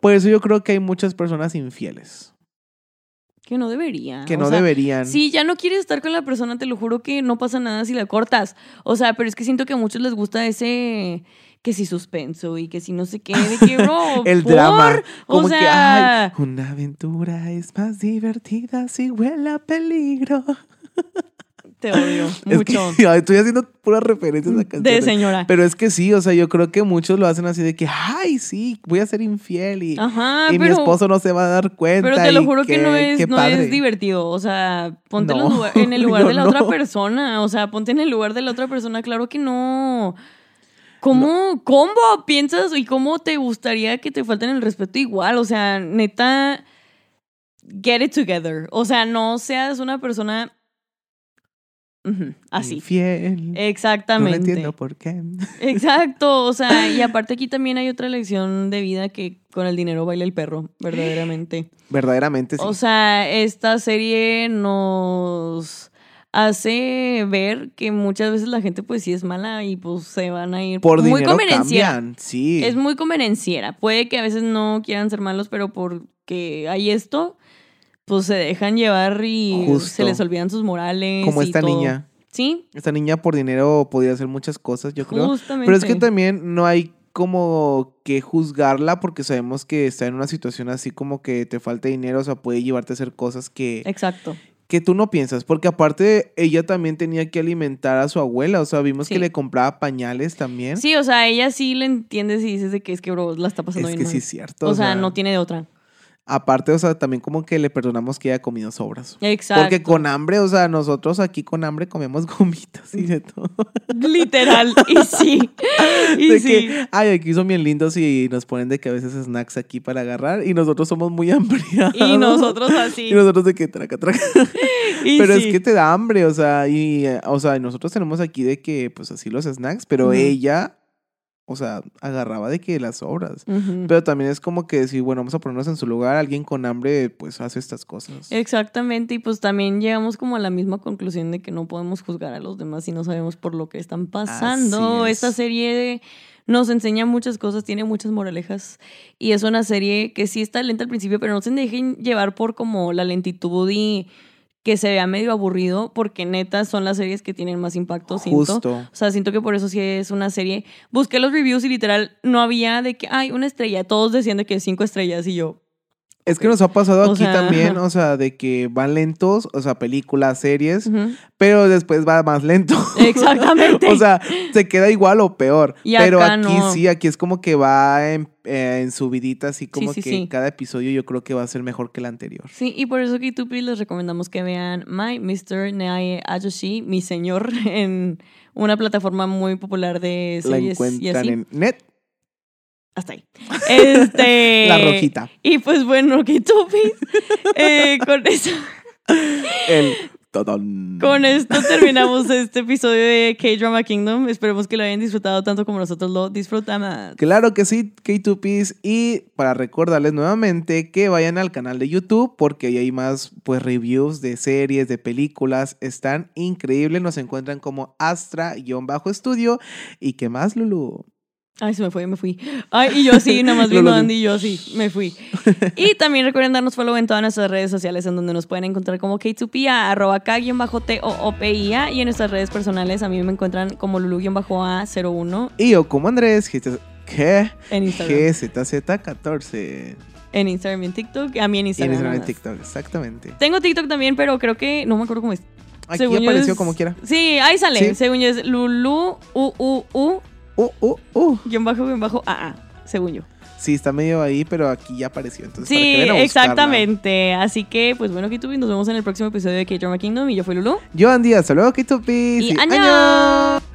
por eso yo creo que hay muchas personas infieles que no debería. que o no sea, deberían. Si ya no quieres estar con la persona, te lo juro que no pasa nada si la cortas. O sea, pero es que siento que a muchos les gusta ese que si suspenso y que si no sé qué, de que bro, El ¿por? drama. Como O que, ay, sea, una aventura es más divertida si huele a peligro. te odio Es mucho. que- ay, estoy haciendo puras referencias a de canciones. señora. Pero es que sí, o sea, yo creo que muchos lo hacen así de que, ay, sí, voy a ser infiel y, Ajá, y pero, mi esposo no se va a dar cuenta. pero te lo y juro que, qué- no, es, qué no padre. es divertido. O sea, ponte en los No, lugar- en el lugar yo de la no. otra persona. O sea, ponte en el lugar de la otra persona. Claro que no. ¿Cómo, cómo piensas y cómo te gustaría que te falten el respeto igual? O sea, neta, get it together. O sea, no seas una persona Ujú, así. Infiel. No Exactamente. entiendo por qué. Exacto, o sea, y aparte aquí también hay otra lección de vida que con el dinero baila el perro, verdaderamente. Verdaderamente sí. O sea, esta serie nos hace ver que muchas veces la gente pues sí es mala y pues se van a ir por muy dinero convenenciera. cambian, sí. Es muy convenenciera. Puede que a veces no quieran ser malos, pero porque hay esto, pues se dejan llevar y Justo. se les olvidan sus morales. Como y esta todo. niña. Sí, Esta niña por dinero podía hacer muchas cosas, yo creo. justamente. Pero es que también no hay como que juzgarla porque sabemos que está en una situación así como que te falta dinero, o sea, puede llevarte a hacer cosas que, Exacto. que tú no piensas. Porque aparte, ella también tenía que alimentar a su abuela, o sea, vimos que Sí. le compraba pañales también. Sí, o sea, ella sí le entiendes y dices de que es que, bro, la está pasando es bien que mal. sí es cierto. o, sea, no tiene de otra. Aparte, o sea, también como que le perdonamos que haya comido sobras. Exacto. Porque con hambre, o sea, nosotros aquí con hambre comemos gomitas y de todo. Literal. Y sí. Y de sí. que, ay, aquí son bien lindos y nos ponen de que a veces snacks aquí para agarrar y nosotros somos muy hambriados. Y nosotros así. ah, Y nosotros de que traca, traca. Y Pero sí. es que te da hambre, o sea, y, eh, o sea, nosotros tenemos aquí de que, pues así los snacks, pero Ujú. ella, o sea, agarraba de que las obras. Ujú. Pero también es como que decir, bueno, vamos a ponernos en su lugar, alguien con hambre, pues hace estas cosas. Exactamente, y pues también llegamos como a la misma conclusión de que no podemos juzgar a los demás y no sabemos por lo que están pasando. Así es. Esta serie nos enseña muchas cosas, tiene muchas moralejas y es una serie que sí está lenta al principio, pero no se dejen llevar por como la lentitud y que se vea medio aburrido, porque neta son las series que tienen más impacto, siento. Justo. O sea, siento que por eso sí es una serie. Busqué los reviews y literal no había de que, ay, una estrella. Todos decían de que cinco estrellas y yo, Es que nos ha pasado O aquí sea, también, ajá. o sea, de que van lentos, o sea, películas, series, "Ujú". pero después va más lento. Exactamente. O sea, se queda igual o peor. Y pero acá aquí no. sí, aquí es como que va en, eh, en subidita, así como sí, que sí. cada episodio yo creo que va a ser mejor que el anterior. Sí, y por eso aquí Tupi les recomendamos que vean My Mr. Nae Ayoshi, mi señor, en una plataforma muy popular de La series y encuentran así. en Net, Hasta ahí. Este. la rojita. Y pues bueno, que Tupi, eh, con, eso- El todón. con esto terminamos este episodio de K-Drama Kingdom. Esperemos que lo hayan disfrutado tanto como nosotros lo disfrutamos. Claro que sí, K2Ps. Y para recordarles nuevamente que vayan al canal de YouTube porque ahí hay más pues reviews de series, de películas. Están increíbles. Nos encuentran como Astra-Estudio. ¿Y qué más, Lulu? Ay, se me fue, me fui. Ay, y yo sí, nada más Yo vino lo vi. Andy y yo sí, me fui. Y también recuerden darnos follow en todas nuestras redes sociales en donde nos pueden encontrar como K2PIA, arroba K-T-O-O-P-I-A y en nuestras redes personales a mí me encuentran como Lulu-A01 Y yo como Andrés, GZ ¿qué? en Instagram. GZZ14. En Instagram y en TikTok, a mí en Y en Instagram. Instagram y nada más. TikTok, exactamente. Tengo TikTok también, pero creo que no me acuerdo cómo es. Aquí Según yo apareció es- como quiera. Sí, ahí sale. Sí. Según yo es Lulu u u u Uh, uh, uh. guión bajo guión bajo a según yo. Sí, está medio ahí, pero aquí ya apareció. Entonces, para que Sí, vayan a buscarla. exactamente. Así que, pues bueno, Kitubi, nos vemos en el próximo episodio de K-Drama Kingdom. Y yo fui Lulu. Yo, Andy, hasta luego, K2Ps. Y ¡añón!